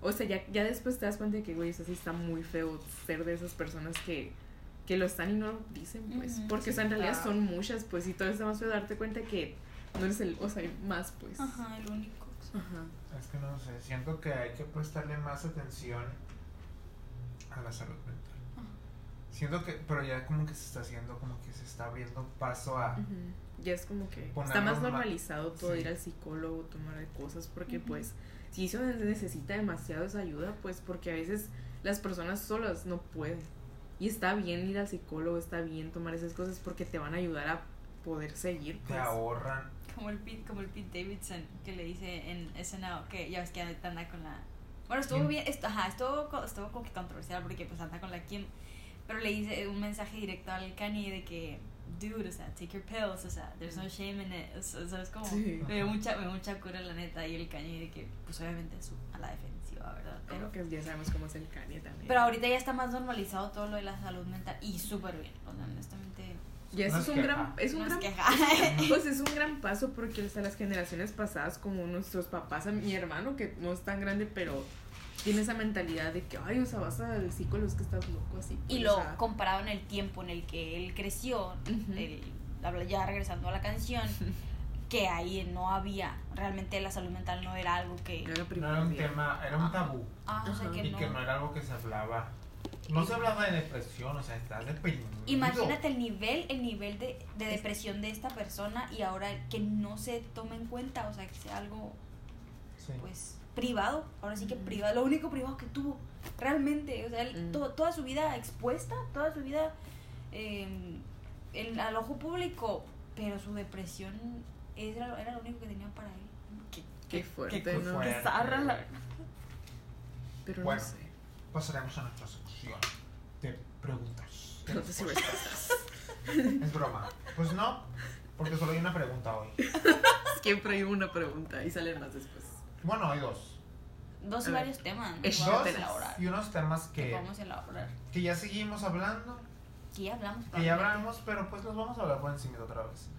o sea, ya, ya después te das cuenta de que, güey, o sea, sí está muy feo ser de esas personas que, que lo están y no lo dicen, pues, Ujú. porque, o sea, en realidad Ah. son muchas, pues, y todo está más feo darte cuenta que no eres el, o sea, hay más, pues. Ajá, el único. Ajá. Es que no sé, siento que hay que prestarle más atención a la salud mental. Ajá. Siento que, pero ya como que se está haciendo, como que se está abriendo paso a... Ujú. Ya es como que está Ponernos ma- más normalizado todo sí. ir al psicólogo, tomar de cosas, porque Ujú. pues si eso ne- necesita demasiado esa ayuda, pues porque a veces las personas solas no pueden. Y está bien ir al psicólogo, está bien tomar esas cosas porque te van a ayudar a poder seguir. Te Pues. ahorran. Como el, Pete, como el Pete Davidson que le dice en SNL que ya ves que ahorita anda con la. Bueno, estuvo Kim. bien, est- ajá, estuvo, co- estuvo como que controversial porque pues anda con la Kim. Pero le dice un mensaje directo al Kanye de que, dude, o sea, take your pills, o sea, there's no shame in it. O sea, o sea, es como. Mm. Sí. Me dio mucha, me dio mucha cura, la neta. Y el Kanye de que, pues obviamente su, a la defensiva, ¿verdad? Pero, Pero que ya sabemos cómo es el Kanye también. pero ahorita ya está más normalizado todo lo de la salud mental y súper bien. O sea, honestamente. Y eso No es es un queja. gran, es un no gran queja. Pues es un gran paso porque hasta las generaciones pasadas, como nuestros papás, a mi hermano, que no es tan grande, pero tiene esa mentalidad de que, ay, o sea, vas al psicólogo, es que estás loco, así. Y pues, lo o sea, comparado en el tiempo en el que él creció, Ujú. el- habla- ya regresando a la canción, que ahí no había, realmente la salud mental no era algo que... era la No primera era un vez. tema, era un tabú. Ah, o sea, Ajá. que Y no. que no era algo que se hablaba. No se hablaba de depresión, o sea, estás deprimido. Imagínate el nivel, el nivel de, de depresión de esta persona y ahora que no se tome en cuenta, o sea, que sea algo, Sí. pues, privado, ahora sí que Ujú. privado, lo único privado que tuvo, realmente, o sea, él Mm. to- toda su vida expuesta, toda su vida eh, en- al ojo público, pero su depresión era, era lo único que tenía para él. Qué, Qué fuerte, Qué ¿no? fuerte. zarra la- Pero Bueno. no sé. Pasaremos a nuestra sección de preguntas. No sé si respuestas. Es broma. Pues no, porque solo hay una pregunta hoy. Siempre hay una pregunta y salen más después. Bueno, hay dos. Dos A y ver. varios temas ¿no? Es- que Dos podemos elaborar. y unos temas Que que, podemos elaborar. que ya seguimos hablando Que ya hablamos. Que ya hablamos, pero pues los vamos a hablar por encima otra vez.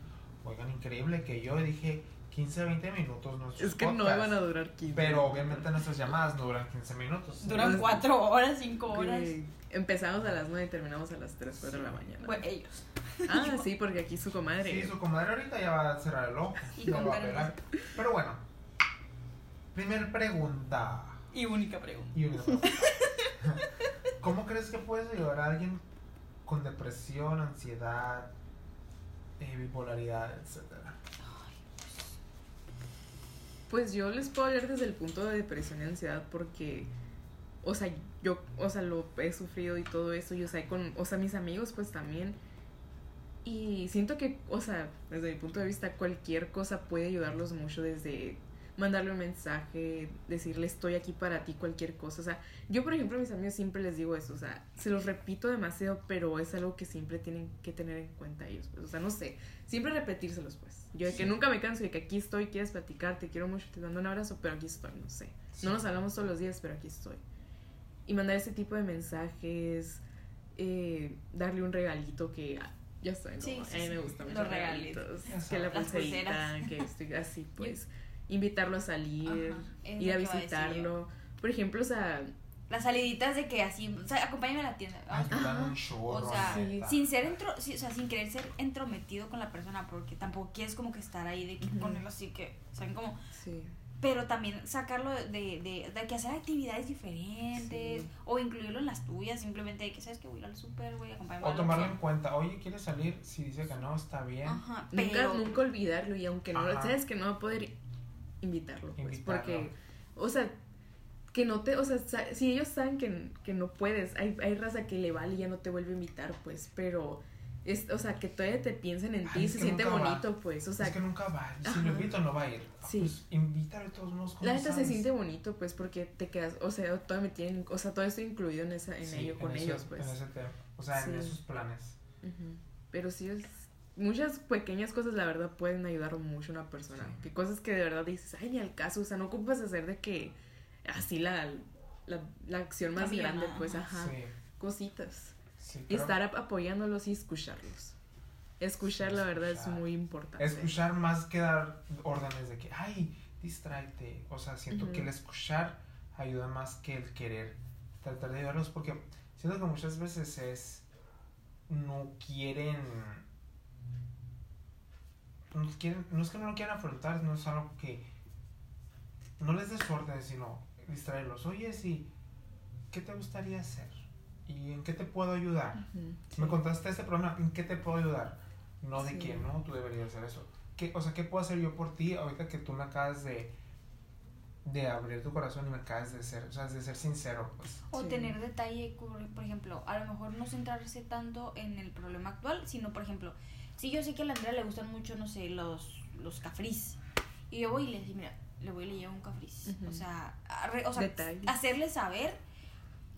Oigan, increíble que yo dije 15, 20 minutos nuestros Es que no podcasts, iban a durar 15. Pero obviamente nuestras llamadas no duran 15 minutos. pues, Duran cuatro horas, cinco horas. Güey, Empezamos a las 9 y terminamos a las 3, 4 de la mañana. Bueno, ellos. Ah, sí, porque aquí su comadre. Sí, su comadre ahorita ya va a cerrar el ojo. Y no lo va a contar pelar. Pero bueno. Primer pregunta. Y única pregunta. Y una pregunta. ¿Cómo crees que puedes ayudar a alguien con depresión, ansiedad, eh, bipolaridad, etcétera? Pues yo les puedo hablar desde el punto de depresión y ansiedad porque, o sea, yo, o sea, lo he sufrido y todo eso, y o sea, con, o sea, mis amigos pues también. Y siento que, o sea, desde mi punto de vista, cualquier cosa puede ayudarlos mucho desde mandarle un mensaje, decirle estoy aquí para ti, cualquier cosa. O sea, yo por ejemplo a mis amigos siempre les digo eso, o sea, se los repito demasiado, pero es algo que siempre tienen que tener en cuenta ellos. Pues, o sea, no sé, siempre repetírselos pues. Yo de que Sí. nunca me canso, de que aquí estoy, quieres platicar, te quiero mucho, te mando un abrazo, pero aquí estoy, no sé. No nos hablamos todos los días, pero aquí estoy. Y mandar ese tipo de mensajes, eh, darle un regalito que... ah, Ya saben, Sí, ¿no? sí, a mí me sí. gustan Los mucho los regalitos. Ya regalitos. Que la saben. Las pulserita, pulseras. que estoy así, pues. Invitarlo a salir, Ajá, es ir lo a que iba decir yo. visitarlo. Por ejemplo, o sea, Las saliditas de que así, o sea, acompáñame a la tienda. Ay, Vamos. te dan Ajá. un chorro, O sea, neta. Sin ser entro, sí, o sea, sin querer ser entrometido con la persona, porque tampoco quieres como que estar ahí de que Ujú. ponerlo así que, ¿saben cómo? sí. Pero también sacarlo de, de, de que hacer actividades diferentes Sí. o incluirlo en las tuyas, simplemente de que sabes que voy a ir al súper, güey, acompáñame. a O la tomarlo en opción. cuenta. Oye, ¿quieres salir? Si dice que no, está bien. Ajá, Nunca, pero nunca olvidarlo y aunque no lo Ajá. sabes que no va a poder invitarlo, pues, Invitarlo. porque, o sea, que no te, o sea, sa- si ellos saben que, que no puedes, hay, hay raza que le vale y ya no te vuelve a invitar, pues, pero, es, o sea, que todavía te piensen en Ay, ti y es se que siente nunca va. bonito, pues, o sea, es que nunca va. Si Ajá. lo invito, no va a ir. Ah, Sí. Pues invítalo de todos modos. ¿cómo la neta se sabes? siente bonito, pues, porque te quedas, o sea, todavía me tienen, o sea, todo estoy incluido en, esa, en Sí, ello con ese- ellos, en pues. ese tema. O sea, en Sí. esos planes. Ujú. Pero sí es. Muchas pequeñas cosas, la verdad, pueden ayudar mucho a una persona. Sí. Que cosas que de verdad dices, ay, ni al caso, o sea, no ocupas hacer de que así la, la, la acción más La millonada, grande, pues, ajá. ajá. Sí. Cositas. sí Y pero estar ap- apoyándolos y escucharlos. Escuchar, la verdad, Escuchar. es muy importante. Escuchar más que dar órdenes de que, ay, distráete. O sea, siento Ujú. que el escuchar ayuda más que el querer tratar de ayudarlos porque siento que muchas veces es, no quieren, no quieren, no es que no lo quieran afrontar, no es algo que, no les des órdenes, sino distraerlos. Oye, sí, ¿qué te gustaría hacer? ¿Y en qué te puedo ayudar? Ujú, sí. Me contaste este problema, ¿en qué te puedo ayudar? No, de Sí. que no, tú deberías hacer eso. ¿Qué, o sea, ¿qué puedo hacer yo por ti ahorita que tú me acabas de, de abrir tu corazón y me acabas de ser, o sea, de ser sincero, pues? O Sí. tener detalle, por, por ejemplo, a lo mejor no centrarse tanto en el problema actual, sino, por ejemplo, si yo sé que a la Andrea le gustan mucho, no sé, los, los cafrís, y yo voy y le digo, mira, le voy y le llevo un cafriz. Ujú. O sea, arre- o sea, Detalle. hacerle saber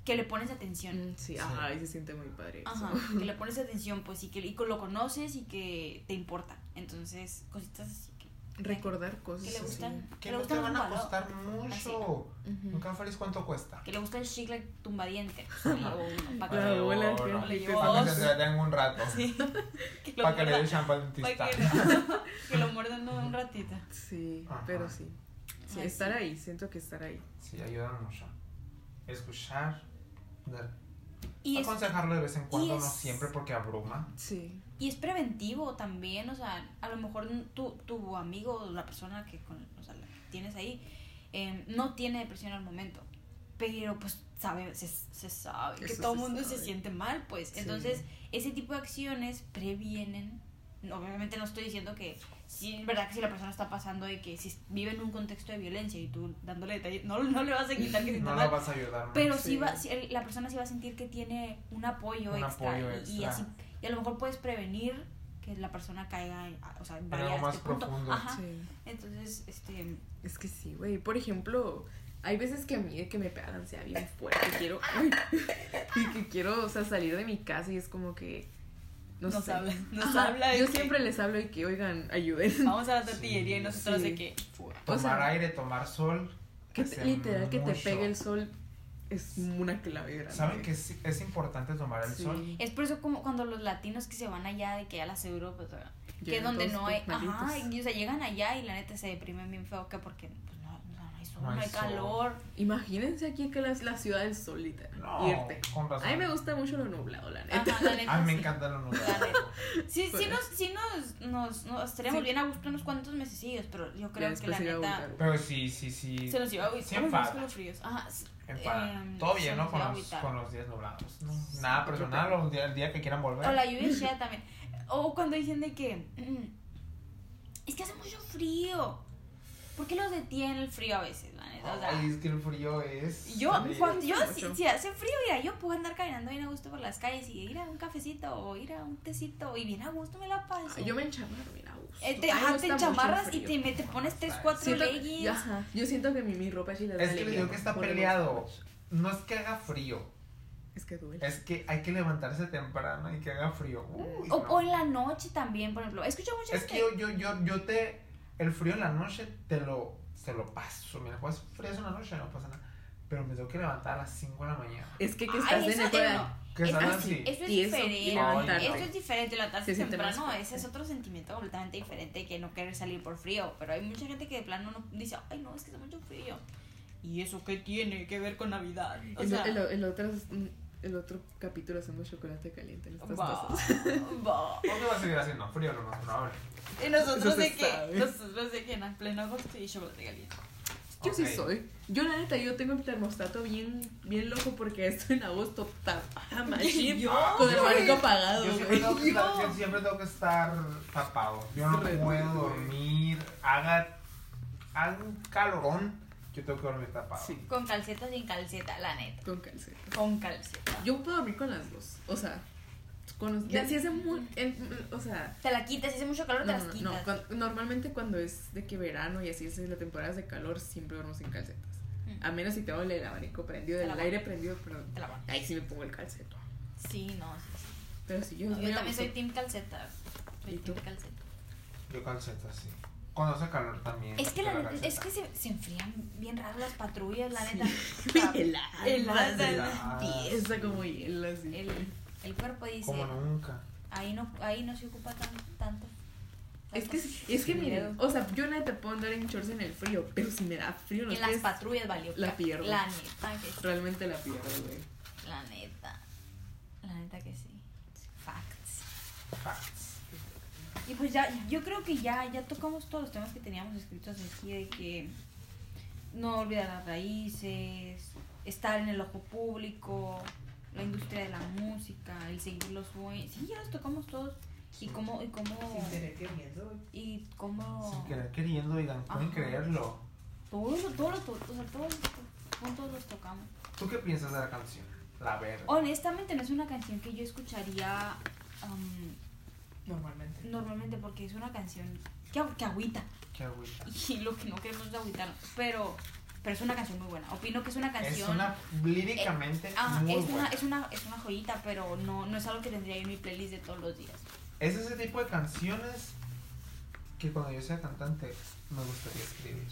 que le pones atención. Mm, Sí, Sí. ay, se siente muy padre. eso. Ajá, que le pones atención, pues, y que y que lo conoces y que te importa. Entonces, cositas así que... Recordar cosas. Que le así. gustan. Que le no te gustan van a los costar mucho. Ujú. ¿Un cafés cuánto cuesta? Que le gusta el chicle tumbadiente. pues, le llevo uno pa' que- La abuela No, que- no, le que- llevo Para que dos. se entretenga un rato. Sí. Que lo Para que le muerda. dé champán Pa' dentista. que, lo- que lo muerdan un ratito. Sí, Ajá. pero sí. Sí, Ay, estar sí. ahí, siento que estar ahí. Sí, ayudan mucho. Escuchar, dar- Y es, aconsejarlo de vez en cuando, es- no siempre porque abruma. Sí. y es preventivo también, o sea, a lo mejor tu, tu amigo o la persona que con, o sea, la que tienes ahí eh, no tiene depresión al momento, pero pues sabe, se, se sabe que Eso todo el se mundo se sabe. siente mal, pues. Sí. Entonces, ese tipo de acciones previenen. no, Obviamente no estoy diciendo que sí, es verdad que si la persona está pasando y que si vive en un contexto de violencia y tú dándole detalles, no, no le vas a quitar que se sienta No mal. lo vas a ayudar mucho. Pero Sí. sí va, sí, el- la persona sí va a sentir que tiene un apoyo, Un extra, apoyo y- Y, extra. así, y a lo mejor puedes prevenir que la persona caiga, en- o sea, algo vaya a más este punto. profundo. Ajá. Sí. Entonces, este, Es que sí, güey. Por ejemplo, hay veces que a mí de que me pega la ansiedad bien fuerte. Quiero. ay, y que quiero, o sea, salir de mi casa y es como que. No nos sé. habla, nos Ajá, habla de Yo que siempre les hablo y que, oigan, ayuden. vamos a la tortillería y nosotros Sí. de que fuga. Tomar o sea, aire, tomar sol. Que hace te- literal, que te mucho. pegue el sol es una clave grande. ¿Saben que es, es importante tomar el Sí. sol? Es por eso como cuando los latinos que se van allá de que a las Europas, o sea, que es Llegan donde todos no hay. malditos. Ajá, y, o sea, llegan allá y la neta se deprimen bien feo que porque pues, no, no, no hay sol, no hay, sol. calor. Imagínense aquí que la, la ciudad es solita. No, irte. con razón. A mí me gusta mucho lo nublado, la neta. Ajá, la neta. A mí ah, me sí. encantan los La nublados. neta. Sí, sí Pues. nos, sí nos, nos, nos estaríamos Sí. bien a gusto unos cuantos mesecillos, pero yo Ya creo que la después iba a neta buscar. Pero sí, sí, sí. se nos iba a Sí agüitar. Ay, enfada. más fríos. Ajá. s- Empada. em, Todo se bien, nos ¿no? Con iba a los, agüitar. con los días nublados. ¿no? Nada personal, total. los días- el día que quieran volver. O la lluvia chida también. O cuando dicen de que. mm, Es que hace mucho frío. ¿Por qué los detiene el frío a veces, la neta? O sea, Ay, es que el frío es. yo, horrible. cuando- yo mucho. si, si hace frío, mira, yo puedo andar caminando bien a gusto por las calles y ir a un cafecito o ir a un tecito y bien a gusto me la paso. Ay, Yo me enchamarro, mira. a gusto. Eh, Ay, te, me ajá, gusta te mucho el chamarras y frío. te, me- te pones tres, Ay, cuatro Siento- leggings. yo, ajá, yo siento que mi, mi ropa sí la Es que les digo que está peleado. No es que haga frío, Es que duele. es que hay que levantarse temprano y que haga frío. Uy, no. O, o en la noche también, por ejemplo. Escucho muchas Es que yo, yo, yo, yo te. El frío en la noche te lo, te lo paso. Mira, juegas frío en la noche, no pasa nada. Pero me tengo que levantar a las 5 de la mañana. Es que, que Ay, estás eso en el es- fuera- Que Es- están ah, así. Eso es Y eso, y diferente. levantarte. eso es diferente. Levantarse Se siente más temprano, fuerte. ese es otro sentimiento completamente diferente que no querer salir por frío. Pero hay mucha gente que de plano no dice, ay, no, es que hace mucho frío. ¿Y eso qué tiene que ver con Navidad? O el, sea, el- el otro, es- mm, el otro capítulo hacemos chocolate caliente en estas va, cosas. va. ¿Por qué va a seguir haciendo frío lo más probable? Y nosotros se de que, sabe. nosotros de que en pleno agosto y chocolate caliente. Yo Ok. sí soy. Yo la neta, yo tengo el termostato bien, bien loco porque esto en agosto tapada machín. Yo- con el yo- abanico apagado, Yo siempre güey. tengo que estar, yo siempre tengo que estar tapado. Yo no Re- puedo güey. dormir. Haga, haga un calorón. Yo tengo que dormir tapado. Sí, Con calceta sin calceta, la neta. con calceta. Con calceta. Yo puedo dormir con las dos. O sea, con los. Yo- si hace muy. en- o sea. Te la quitas, si hace mucho calor, No, te las no, no, quitas. cuan- normalmente cuando es de que verano y así es la temporada de calor, siempre duermo sin calcetas. Mm. A menos si tengo el abanico prendido, Te el la aire prendido, pero Te la pones. ahí sí me pongo el calceto. Sí, no. sí, sí. Pero si yo, No, mira, yo también uso- soy team calceta. Soy ¿Y team tú? calceta. Yo calceta, sí. Cuando hace calor también. Es que, la pero neta- calceta. es que se, se enfrían bien raro las patrullas, la Sí. neta. helada, Helada. helada, Empieza como hielo así. Ah, El, el cuerpo dice, Como nunca. ahí, no, ahí no se ocupa tan, tanto. Es que, tanto". sí- es que miren, Miedo. o sea, yo neta puedo andar en shorts en el frío, pero si me da frío, no en las tienes- patrullas valió. la caca. pierdo. La neta que sí. realmente la pierdo, güey. La neta. La neta que sí. Facts. Facts. Y pues ya, yo creo que ya, ya tocamos todos los temas que teníamos escritos aquí de que no olvidar las raíces, estar en el ojo público, la industria de la música, el seguir los sueños. Sí, ya los tocamos todos. Y cómo, y cómo, Sin querer queriendo. güey. y cómo Sin querer queriendo, digan, pueden Oh. Ajá. creerlo. todo lo, todo lo, to- o sea, todos los puntos los tocamos. ¿Tú qué piensas de la canción? La verga. Oh, Honestamente no es una canción que yo escucharía um, Normalmente. normalmente porque es una canción que, agü- que agüita. Qué agüita. y lo que no queremos es agüitarnos, pero, pero es una canción muy buena. Opino que es una Es canción. eh, una líricamente Ajá, muy es, buena. una, es, una, es una joyita, pero no, no es algo que tendría yo en mi playlist de todos los días. Es ese tipo de canciones que cuando yo sea cantante me gustaría escribir.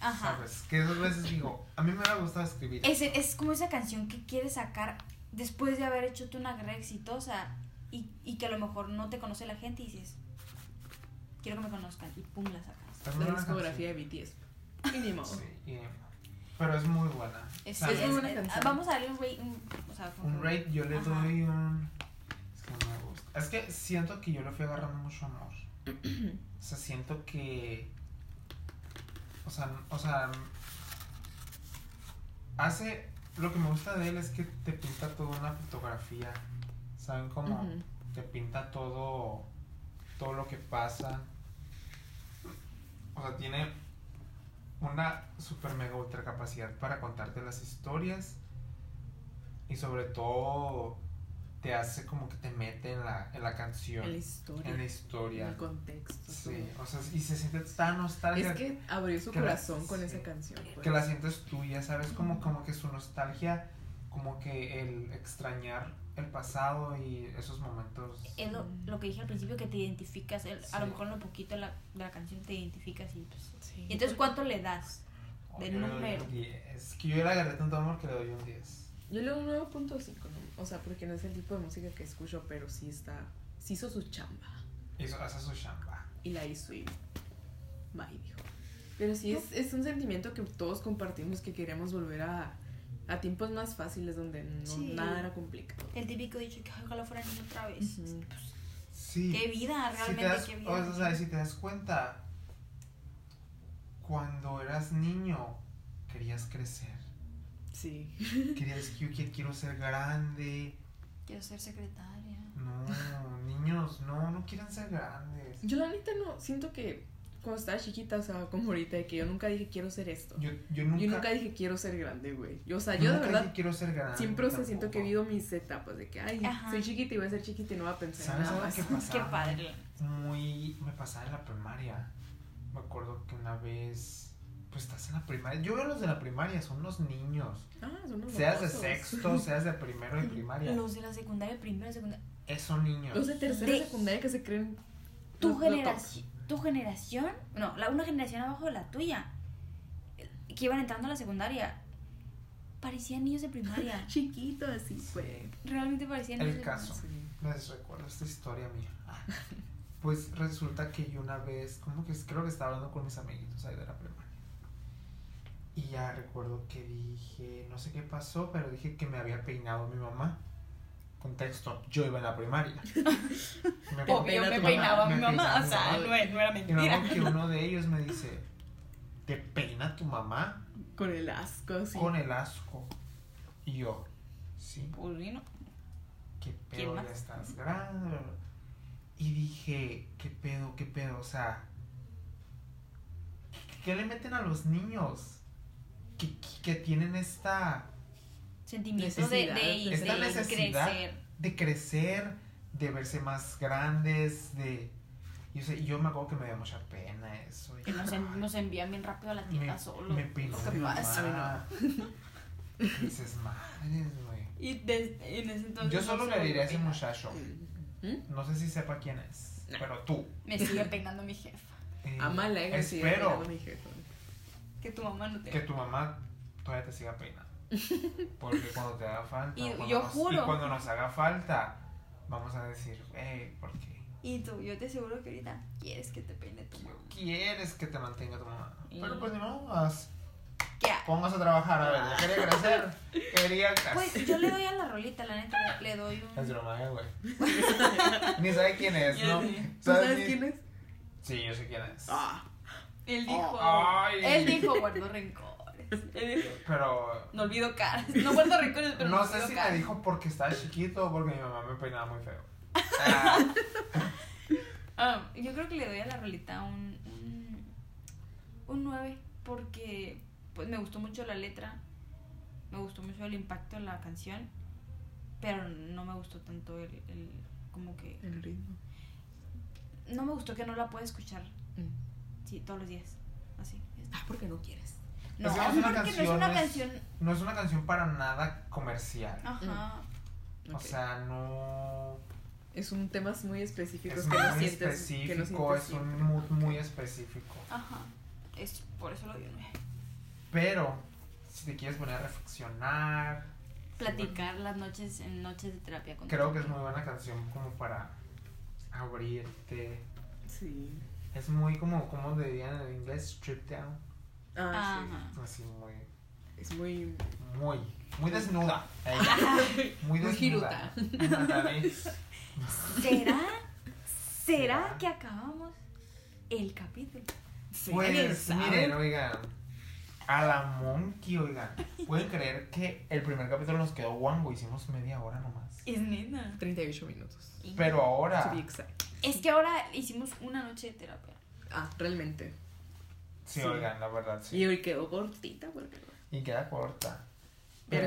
Ajá. ¿Sabes? Que esas veces digo, a mí me hubiera gustado escribir. Es, es como esa canción que quieres sacar después de haber hecho tú una carrera exitosa y, y que a lo mejor no te conoce la gente y dices, quiero que me conozcan y pum, la sacas. Es muy La buena discografía de BTS. Mínimo. canción. Sí, y- pero Ah, es muy buena. Es, ¿Sabes? es- muy buena es- canción. Vamos a darle un rate. un- o sea, como- Un rate yo le Ajá. doy un... Es que no me gusta. Es que siento que yo le fui agarrando mucho amor. O sea, siento que... O sea, o sea... Hace... Lo que me gusta de él es que te pinta toda una fotografía. ¿Saben cómo? Ujú. Te pinta todo... Todo lo que pasa. O sea, tiene una super mega ultra capacidad para contarte las historias y sobre todo te hace como que te mete en la, en la canción, En la historia. en la en historia. el contexto. Sí, todo. o sea, y se siente tan nostalgia Es que abrió su que la- corazón con sí. esa canción. que pues. la sientes tuya, ¿sabes? Como, como que su nostalgia, como que el extrañar el pasado y esos momentos. Es lo, lo que dije al principio, que te identificas. el- A Sí. lo mejor en lo poquito de la, de la canción te identificas y pues. Sí. Y entonces, ¿cuánto le das? Oh, de yo le doy número. un 10. Que yo le agarré tanto amor que le doy un 10. Yo le doy un 9.5, ¿no? o sea, porque no es el tipo de música que escucho, pero sí está, sí hizo su chamba. Hizo, hace su chamba. Y la hizo y. Bye, dijo. Pero sí, es, es un sentimiento que todos compartimos, que queremos volver a, a tiempos más fáciles donde no, Sí. nada era complicado. El típico dicho que "Ay, ojalá fuera niño otra vez. Ujú. Sí. Qué vida, Si te realmente, das- qué o vida. sea, si te das cuenta, cuando eras niño, querías crecer. Sí. Querías que yo que- quiero ser grande. Quiero ser secretaria. No, niños, no, no quieran ser grandes. Yo la neta no, siento que cuando estaba chiquita, o sea, como ahorita, de que yo nunca dije quiero ser esto. Yo, yo nunca, Yo nunca dije quiero ser grande, güey. Yo, o sea, yo de nunca verdad dije quiero ser grande. siempre o sea, siento que he tampoco. vivido mis etapas de que, ay, Ajá. soy chiquita y voy a ser chiquita y no voy a pensar en ¿Sabes algo nada más. que pasaba? Qué padre. Muy. Me pasaba en la primaria. Me acuerdo que una vez. Pues estás en la primaria. Yo veo los de la primaria, son los niños. Ah, son unos Seas de babosos. sexto, seas de primero de primaria. Los de la secundaria, primera, secundaria. Eh, son niños. Los de tercera De- secundaria que se creen. Tu los- los tops. generación. Tu generación. No, la, una generación abajo de la tuya. eh, Que iban entrando a la secundaria. Parecían niños de primaria. Chiquito, así, pues. güey. Realmente parecían El niños de caso. Les recuerdo esta historia mía. Pues resulta que yo una vez, como que es- creo que estaba hablando con mis amiguitos ahí de la primaria. Y ya recuerdo que dije, no sé qué pasó, pero dije que me había peinado mi mamá. Contexto, yo iba en la primaria. Me acuerdo- Peinaba Obvio, me tu mamá, peinaba mi me mamá. peinaba O mi sea, mamá. no era no era Y me mentira. acuerdo que uno de ellos me dice, ¿te peina tu mamá? Con el asco, así. Con el asco. Y yo, sí. Pues sí, ¿no? ¿qué ¿Quién pedo? Ya más? estás grande. bla, bla, bla. Y dije, ¿qué pedo? ¿Qué pedo? O sea, ¿qué- ¿qué le meten a los niños? Que, que- que tienen esta Sentimientos de, de, de, Esta necesidad. crecer. de crecer, de verse más grandes, de... Yo, sé, yo me acuerdo que me dio mucha pena eso. Que nos, en- nos envían bien rápido a la me, tienda solo. me peinó Lo que mi pasa. mamá. Y Dices, madres, güey. Y desde- en ese entonces. Yo no solo se le diría a ese peinar. muchacho, ¿Mm? no sé si sepa quién es, Nah. pero tú. Me sigue peinando mi jefa. eh, Amala, eh, así, Espero mirando a mi jefa. Que tu mamá no te. que tu mamá todavía te siga peinando. Porque cuando te haga falta. Y o cuando yo nos- juro. Y cuando nos haga falta, vamos a decir, hey, ¿por qué? Y tú, yo te aseguro que ahorita quieres que te peine tu mamá. ¿Quieres que te mantenga tu mamá? Y- Pero pues ni modo, haz- ¿Qué ha- póngase a trabajar. A ver, yo quería crecer. Quería crecer. Pues yo le doy a la rolita, la neta. Le doy Es un. broma, eh, güey. ni sabe quién es, ¿no? ¿Tú sabes ni- quién es? Sí, yo sé quién es. Ah. Él dijo. Oh, Ay. Él dijo, guardo rencores. Él dijo, Pero. no olvido caras. No guardo rencores, pero no, No sé olvido si me caras. dijo porque estaba chiquito o porque mi mamá me peinaba muy feo. Ah, Ah, yo creo que le doy a la rolita un, un, un 9 porque pues me gustó mucho la letra, me gustó mucho el impacto en la canción, pero no me gustó tanto el, el- como que El ritmo. no me gustó que no la pueda escuchar sí, todos los días. Así. Mm. Ah, porque no quieres. No, Es que no es Pues una porque no es una canción, canción. no es una canción para nada comercial. Ah, Ajá. O Ok. sea, no. es un tema muy específico Es que no muy sientes. que no específico, sientes es un siempre. mood muy específico. Ajá. Es, por eso lo doy un 9. Pero, si te quieres poner a reflexionar, Platicar las noches en noches de terapia con creo tu que es amigo. muy buena canción como para abrirte. Sí. Es muy como, como dirían en inglés, strip down. Ah, sí. Ajá. Así, muy, Es muy. muy, muy desnuda. Ahí. Muy Muy desnuda. Ándale. ¿Será? ¿Será ¿Será que acabamos el capítulo? ¿Quién Pues sabe? miren, oigan, a la monkey, oigan. ¿Pueden creer que el primer capítulo nos quedó guango? Hicimos media hora nomás. Es nena. 38 minutos. Pero To ahora, be exact. Es que ahora hicimos una noche de terapia. Ah, realmente. sí, oigan, la verdad, Y sí. hoy quedó cortita porque. Y queda corta. Pero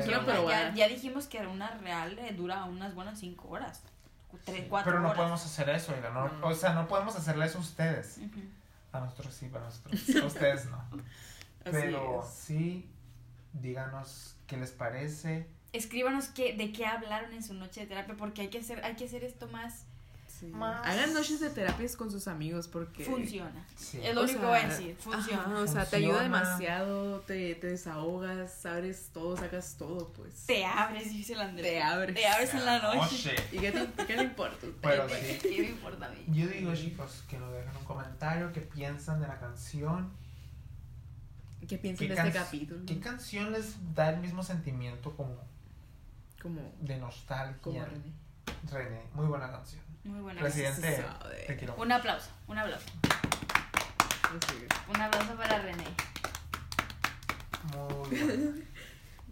Pero, es una Ya- probada. ya, dijimos que era una real eh, dura unas buenas 5 horas. 3, 4 pero no horas. podemos hacer eso, oigan. no- No. O sea, no podemos hacerle eso a ustedes. Ujú. A nosotros sí, para nosotros. sí, A ustedes no. Así Pero es. sí, díganos qué les parece. Escríbanos qué, de qué hablaron en su noche de terapia porque hay que hacer, hay que hacer esto más Sí. Más. Hagan noches de terapias con sus amigos porque... Funciona. Sí. Es lo O único que sea, voy a decir. Funciona. Ajá, o sea, te ayuda Funciona. demasiado, te, te desahogas, abres todo, sacas todo, pues. Te abres, dice el Andrés. Te abres. Te abres en la noche. ¿Y qué, te- qué le importa? a usted? Pero sí. ¿Qué me importa a mí? Yo digo, chicos, que nos dejen un comentario, qué piensan de la canción. ¿Qué piensan ¿Qué de este can- capítulo? ¿Qué canción les da el mismo sentimiento como Como, de nostalgia? como René. René, muy buena canción. Muy buena. Presidente, sabe. te quiero. Un aplauso, un aplauso. Sí. Un aplauso para René. Muy buena.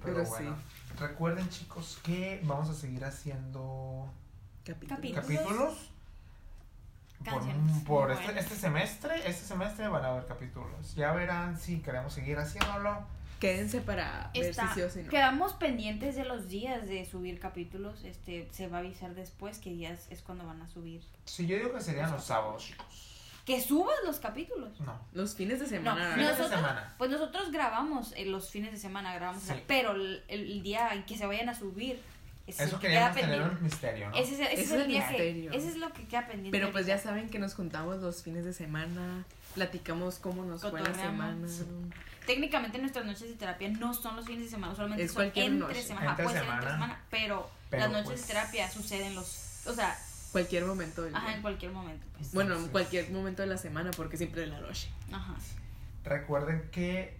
Pero, Pero sí. bueno. Recuerden, chicos, que vamos a seguir haciendo Capítulo. Capítulo. capítulos. Por, Canciones. por Muy este, buenas. este semestre, este semestre van a haber capítulos. Ya verán si queremos seguir haciéndolo. Quédense para ver Está- si sí o si no. Quedamos pendientes de los días de subir capítulos. Este se va a avisar después qué días es cuando van a subir. Si yo digo que serían los sábados, chicos. Que subas los capítulos. No, Los fines de No, semana. ¿verdad? fines de nosotros, semana. pues nosotros grabamos eh, los fines de semana, grabamos, Sí. pero el, el día en que se vayan a subir, ese es eso el que queda queríamos tener pendiente. un misterio, ¿no? Ese es, ese Ese es es el el día que- misterio. ese es lo que queda pendiente. Pero pues ya saben que nos juntamos los fines de semana, platicamos cómo nos fue la semana. Cotorreamos. Técnicamente nuestras noches de terapia no son los fines de semana, solamente Es son cualquier entre noche. semana, Entre puede ser entre semana. semana, pero, Pero, las noches pues, de terapia suceden los, o sea, Cualquier momento del ajá, día. en cualquier momento, pues. Bueno, Sí. cualquier momento de la semana, porque siempre de la noche. Ajá. Recuerden que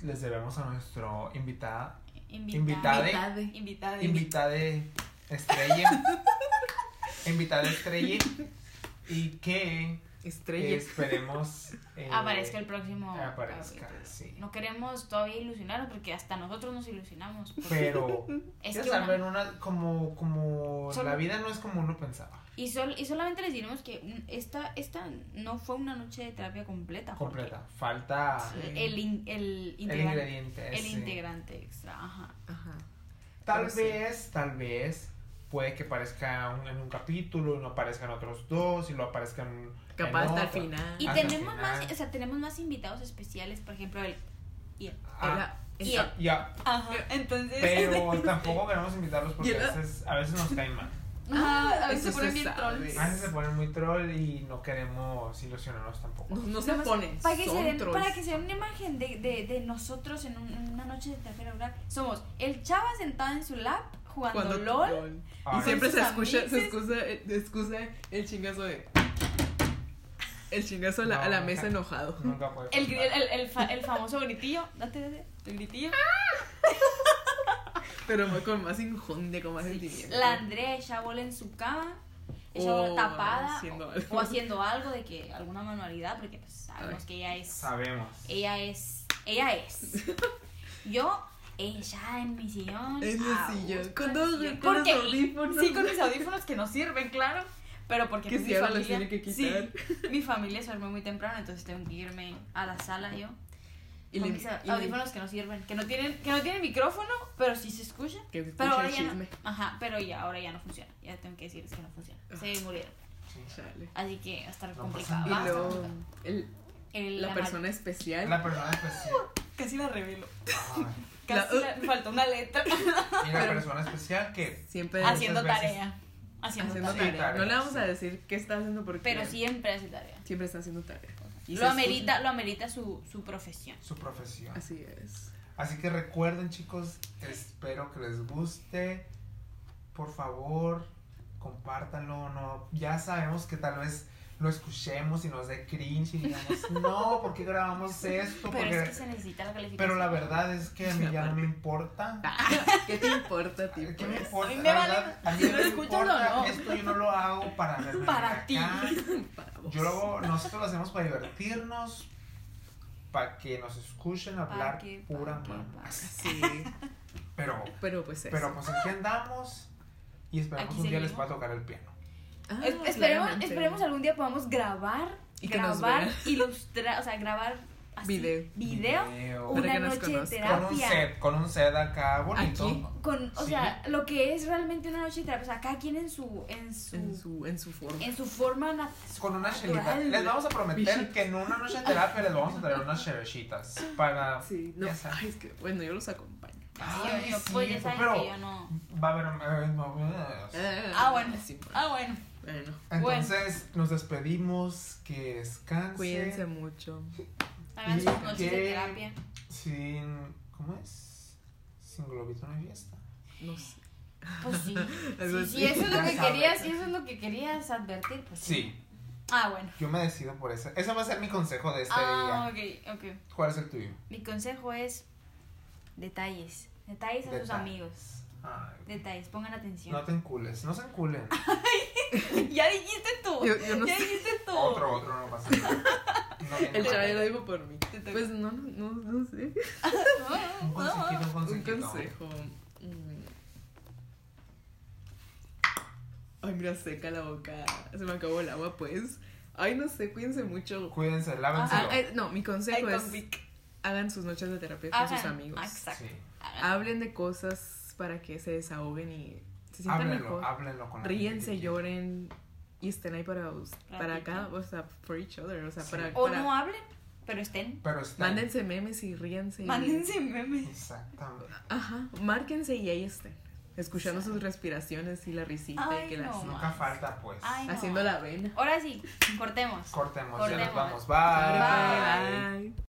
les debemos a nuestro invitada, Invita- Invitade. Ah, Invitade. Invitada. invitada estrella, invitada estrella, y que Estrella. esperemos eh, Aparezca el próximo. aparezca, capítulo. sí. No queremos todavía ilusionarnos porque hasta nosotros nos ilusionamos. porque- Pero Es ya que saben, una- una- como, como Solo- la vida no es como uno pensaba, y, sol- y solamente les diremos que un- esta, esta no fue una noche de terapia completa. porque completa. Falta El, in- el el integrante, ingrediente. el ese. integrante extra. Ajá. Ajá. Tal Pero sí. vez, tal vez, puede que aparezca un- en un capítulo y no aparezcan otros dos y lo aparezcan en Capaz hasta el otro. final. Y Hasta el tenemos final. más, o sea, tenemos más invitados especiales, por ejemplo, el. y el- Ah, Era- Y esa- ya, Ajá. Entonces. pero tampoco queremos invitarlos porque Y era- a veces, a veces nos caen mal. Ajá, a Eso veces se ponen se bien sabe. Ah, trolls. A veces se ponen muy troll y no queremos ilusionarlos tampoco. No, no se ponen. Para que, se son den, trolls. para que se den una imagen de, de, de nosotros en, un- en una noche de terapia regular, somos el chava sentado en su lap jugando Cuando LOL. Ay, Y siempre sus se escucha, se amices. excusa, eh, excusa el chingazo de. El chingazo a la, a la No, mesa nunca. enojado. Nunca puede El, gri- faltar. el, el fa- el famoso gritillo. Date, date. El gritillo. Pero con más injundia, con más sentimiento. La Andrea ella bola en su cama. Ella O bola tapada. haciendo o- algo. o, haciendo algo de que alguna manualidad, porque pues sabemos Ay. que ella es. Sabemos. Ella es. Ella es. Yo, ella en mi sillón. En el a sillón, gusto, con en todos- sillón. con los Porque- audífonos. Sí, con mis audífonos que no sirven, claro. Pero porque Que pues, si ahora los tiene que quitar. sí, mi familia se duerme muy temprano, entonces tengo que irme a la sala yo. Y con le- mis y le- audífonos que no sirven, que no tienen, que no tienen micrófono, pero sí se escucha. Que se pero escuche ahora el ya no- chisme. ajá, pero ya, ahora ya no funciona. Ya tengo que decirles que no funciona. Ah. Se murieron. Sí. Chale. Así que va a estar No complicado. pasa va a Y estar luego complicado. el- El- la la persona especial. La persona especial. mar- Casi la revelo. Ay, Casi La- la- me faltó una letra. y la persona especial que Siempre haciendo veces- tarea. Haciendo, haciendo tarea. tarea. No le vamos sí. a decir qué está haciendo porque Pero siempre hace tarea. siempre está haciendo tarea. Y Lo se amerita, escucha. lo amerita su, su profesión. su profesión. Así es. Así que recuerden, chicos, espero que les guste. Por favor, compártanlo. No, ya sabemos que tal vez lo escuchemos y nos dé cringe y digamos, no, ¿por qué grabamos esto? Pero Porque- es que se necesita la calificación. Pero la verdad es que a mí ya no me importa. ¿Qué te importa a ti? ¿Qué pues? me importa? Ah, A mí me La vale verdad, a mí si no lo me escuchas o importa. no. Esto yo no lo hago para verme Para ti. acá. Para vos. Yo lo hago, nosotros lo hacemos para divertirnos, para que nos escuchen hablar que- pa' pura que- mamá. pa' que. Sí. Pero Pero pues eso. Pero pues aquí andamos y esperamos Aquí un día seguimos. les va a tocar el piano. Ah, Es- esperemos, claramente. esperemos algún día podamos grabar, Y que nos grabar, vean. ilustrar, o sea, grabar así, Video. video, Para una que nos noche de conozcan. Con un terapia. set, con un set acá bonito. Aquí. Con, o Sí. sea, lo que es realmente una noche de terapia, o sea, cada quien en su, en su, en su, en su forma. en su forma na- Con una chelita. Natural. Les vamos a prometer Bichitas. que en una noche de terapia les vamos a traer unas chevecitas para... Sí, no. Ya sabes. Ay, es que, bueno, yo los acompaño. Ay, yo- yo- sí, pues ya saben pero que yo no. va a haber... eh, no, eh, Ah, bueno. Sí, Ah, bueno. Bueno, Entonces, nos despedimos. Que descansen. cuídense mucho. Hagan Y sus noches que- de terapia. Sin. ¿Cómo es? Sin globito no hay fiesta. No sé. Pues sí. Algo Sí, así. si eso es lo Ya que sabes. querías, si eso es lo que querías advertir, pues Sí, Ah, bueno. yo me decido por eso. Ese va a ser mi consejo de este Ah, día. ok, ok. ¿Cuál es el tuyo? Mi consejo es detalles. Detalles a sus Deta- amigos. Ay, Detalles, pongan atención. no te encules, no se enculen. ya dijiste tú. Yo- yo no ya sé. dijiste tú. Otro, otro, no pasa nada. No tiene El chaval lo nada. dijo por mí. Pues no, no, no, no sé. Un consejito, un Un consejito. consejo. Mm. Ay, mira, seca la boca. Se me acabó el agua, pues. Ay, no sé, cuídense mucho. Cuídense, Ah, lávenselo. eh, no, mi consejo Ay, es con Vic. hagan sus noches de terapia con sus Hagan- amigos. Exacto. Sí. Hagan. Hablen de cosas para que se desahoguen y se sientan Háblenlo, mejor. háblenlo con la gente que Ríense, quieran. lloren y estén ahí para, us- para acá, Platiquen. o sea, for each other, o sea, Sí. para, O para- no hablen, pero estén. Pero está. mándense memes y ríense. y- Mándense memes. Exactamente. Ajá, márquense y ahí estén, escuchando sus respiraciones y la risita y Ay, que las- No Nunca más. falta, pues. Ay, no. haciendo la vena. Ahora sí, cortemos. Cortemos, ya nos vamos. Cortemos. Bye. Bye. Bye.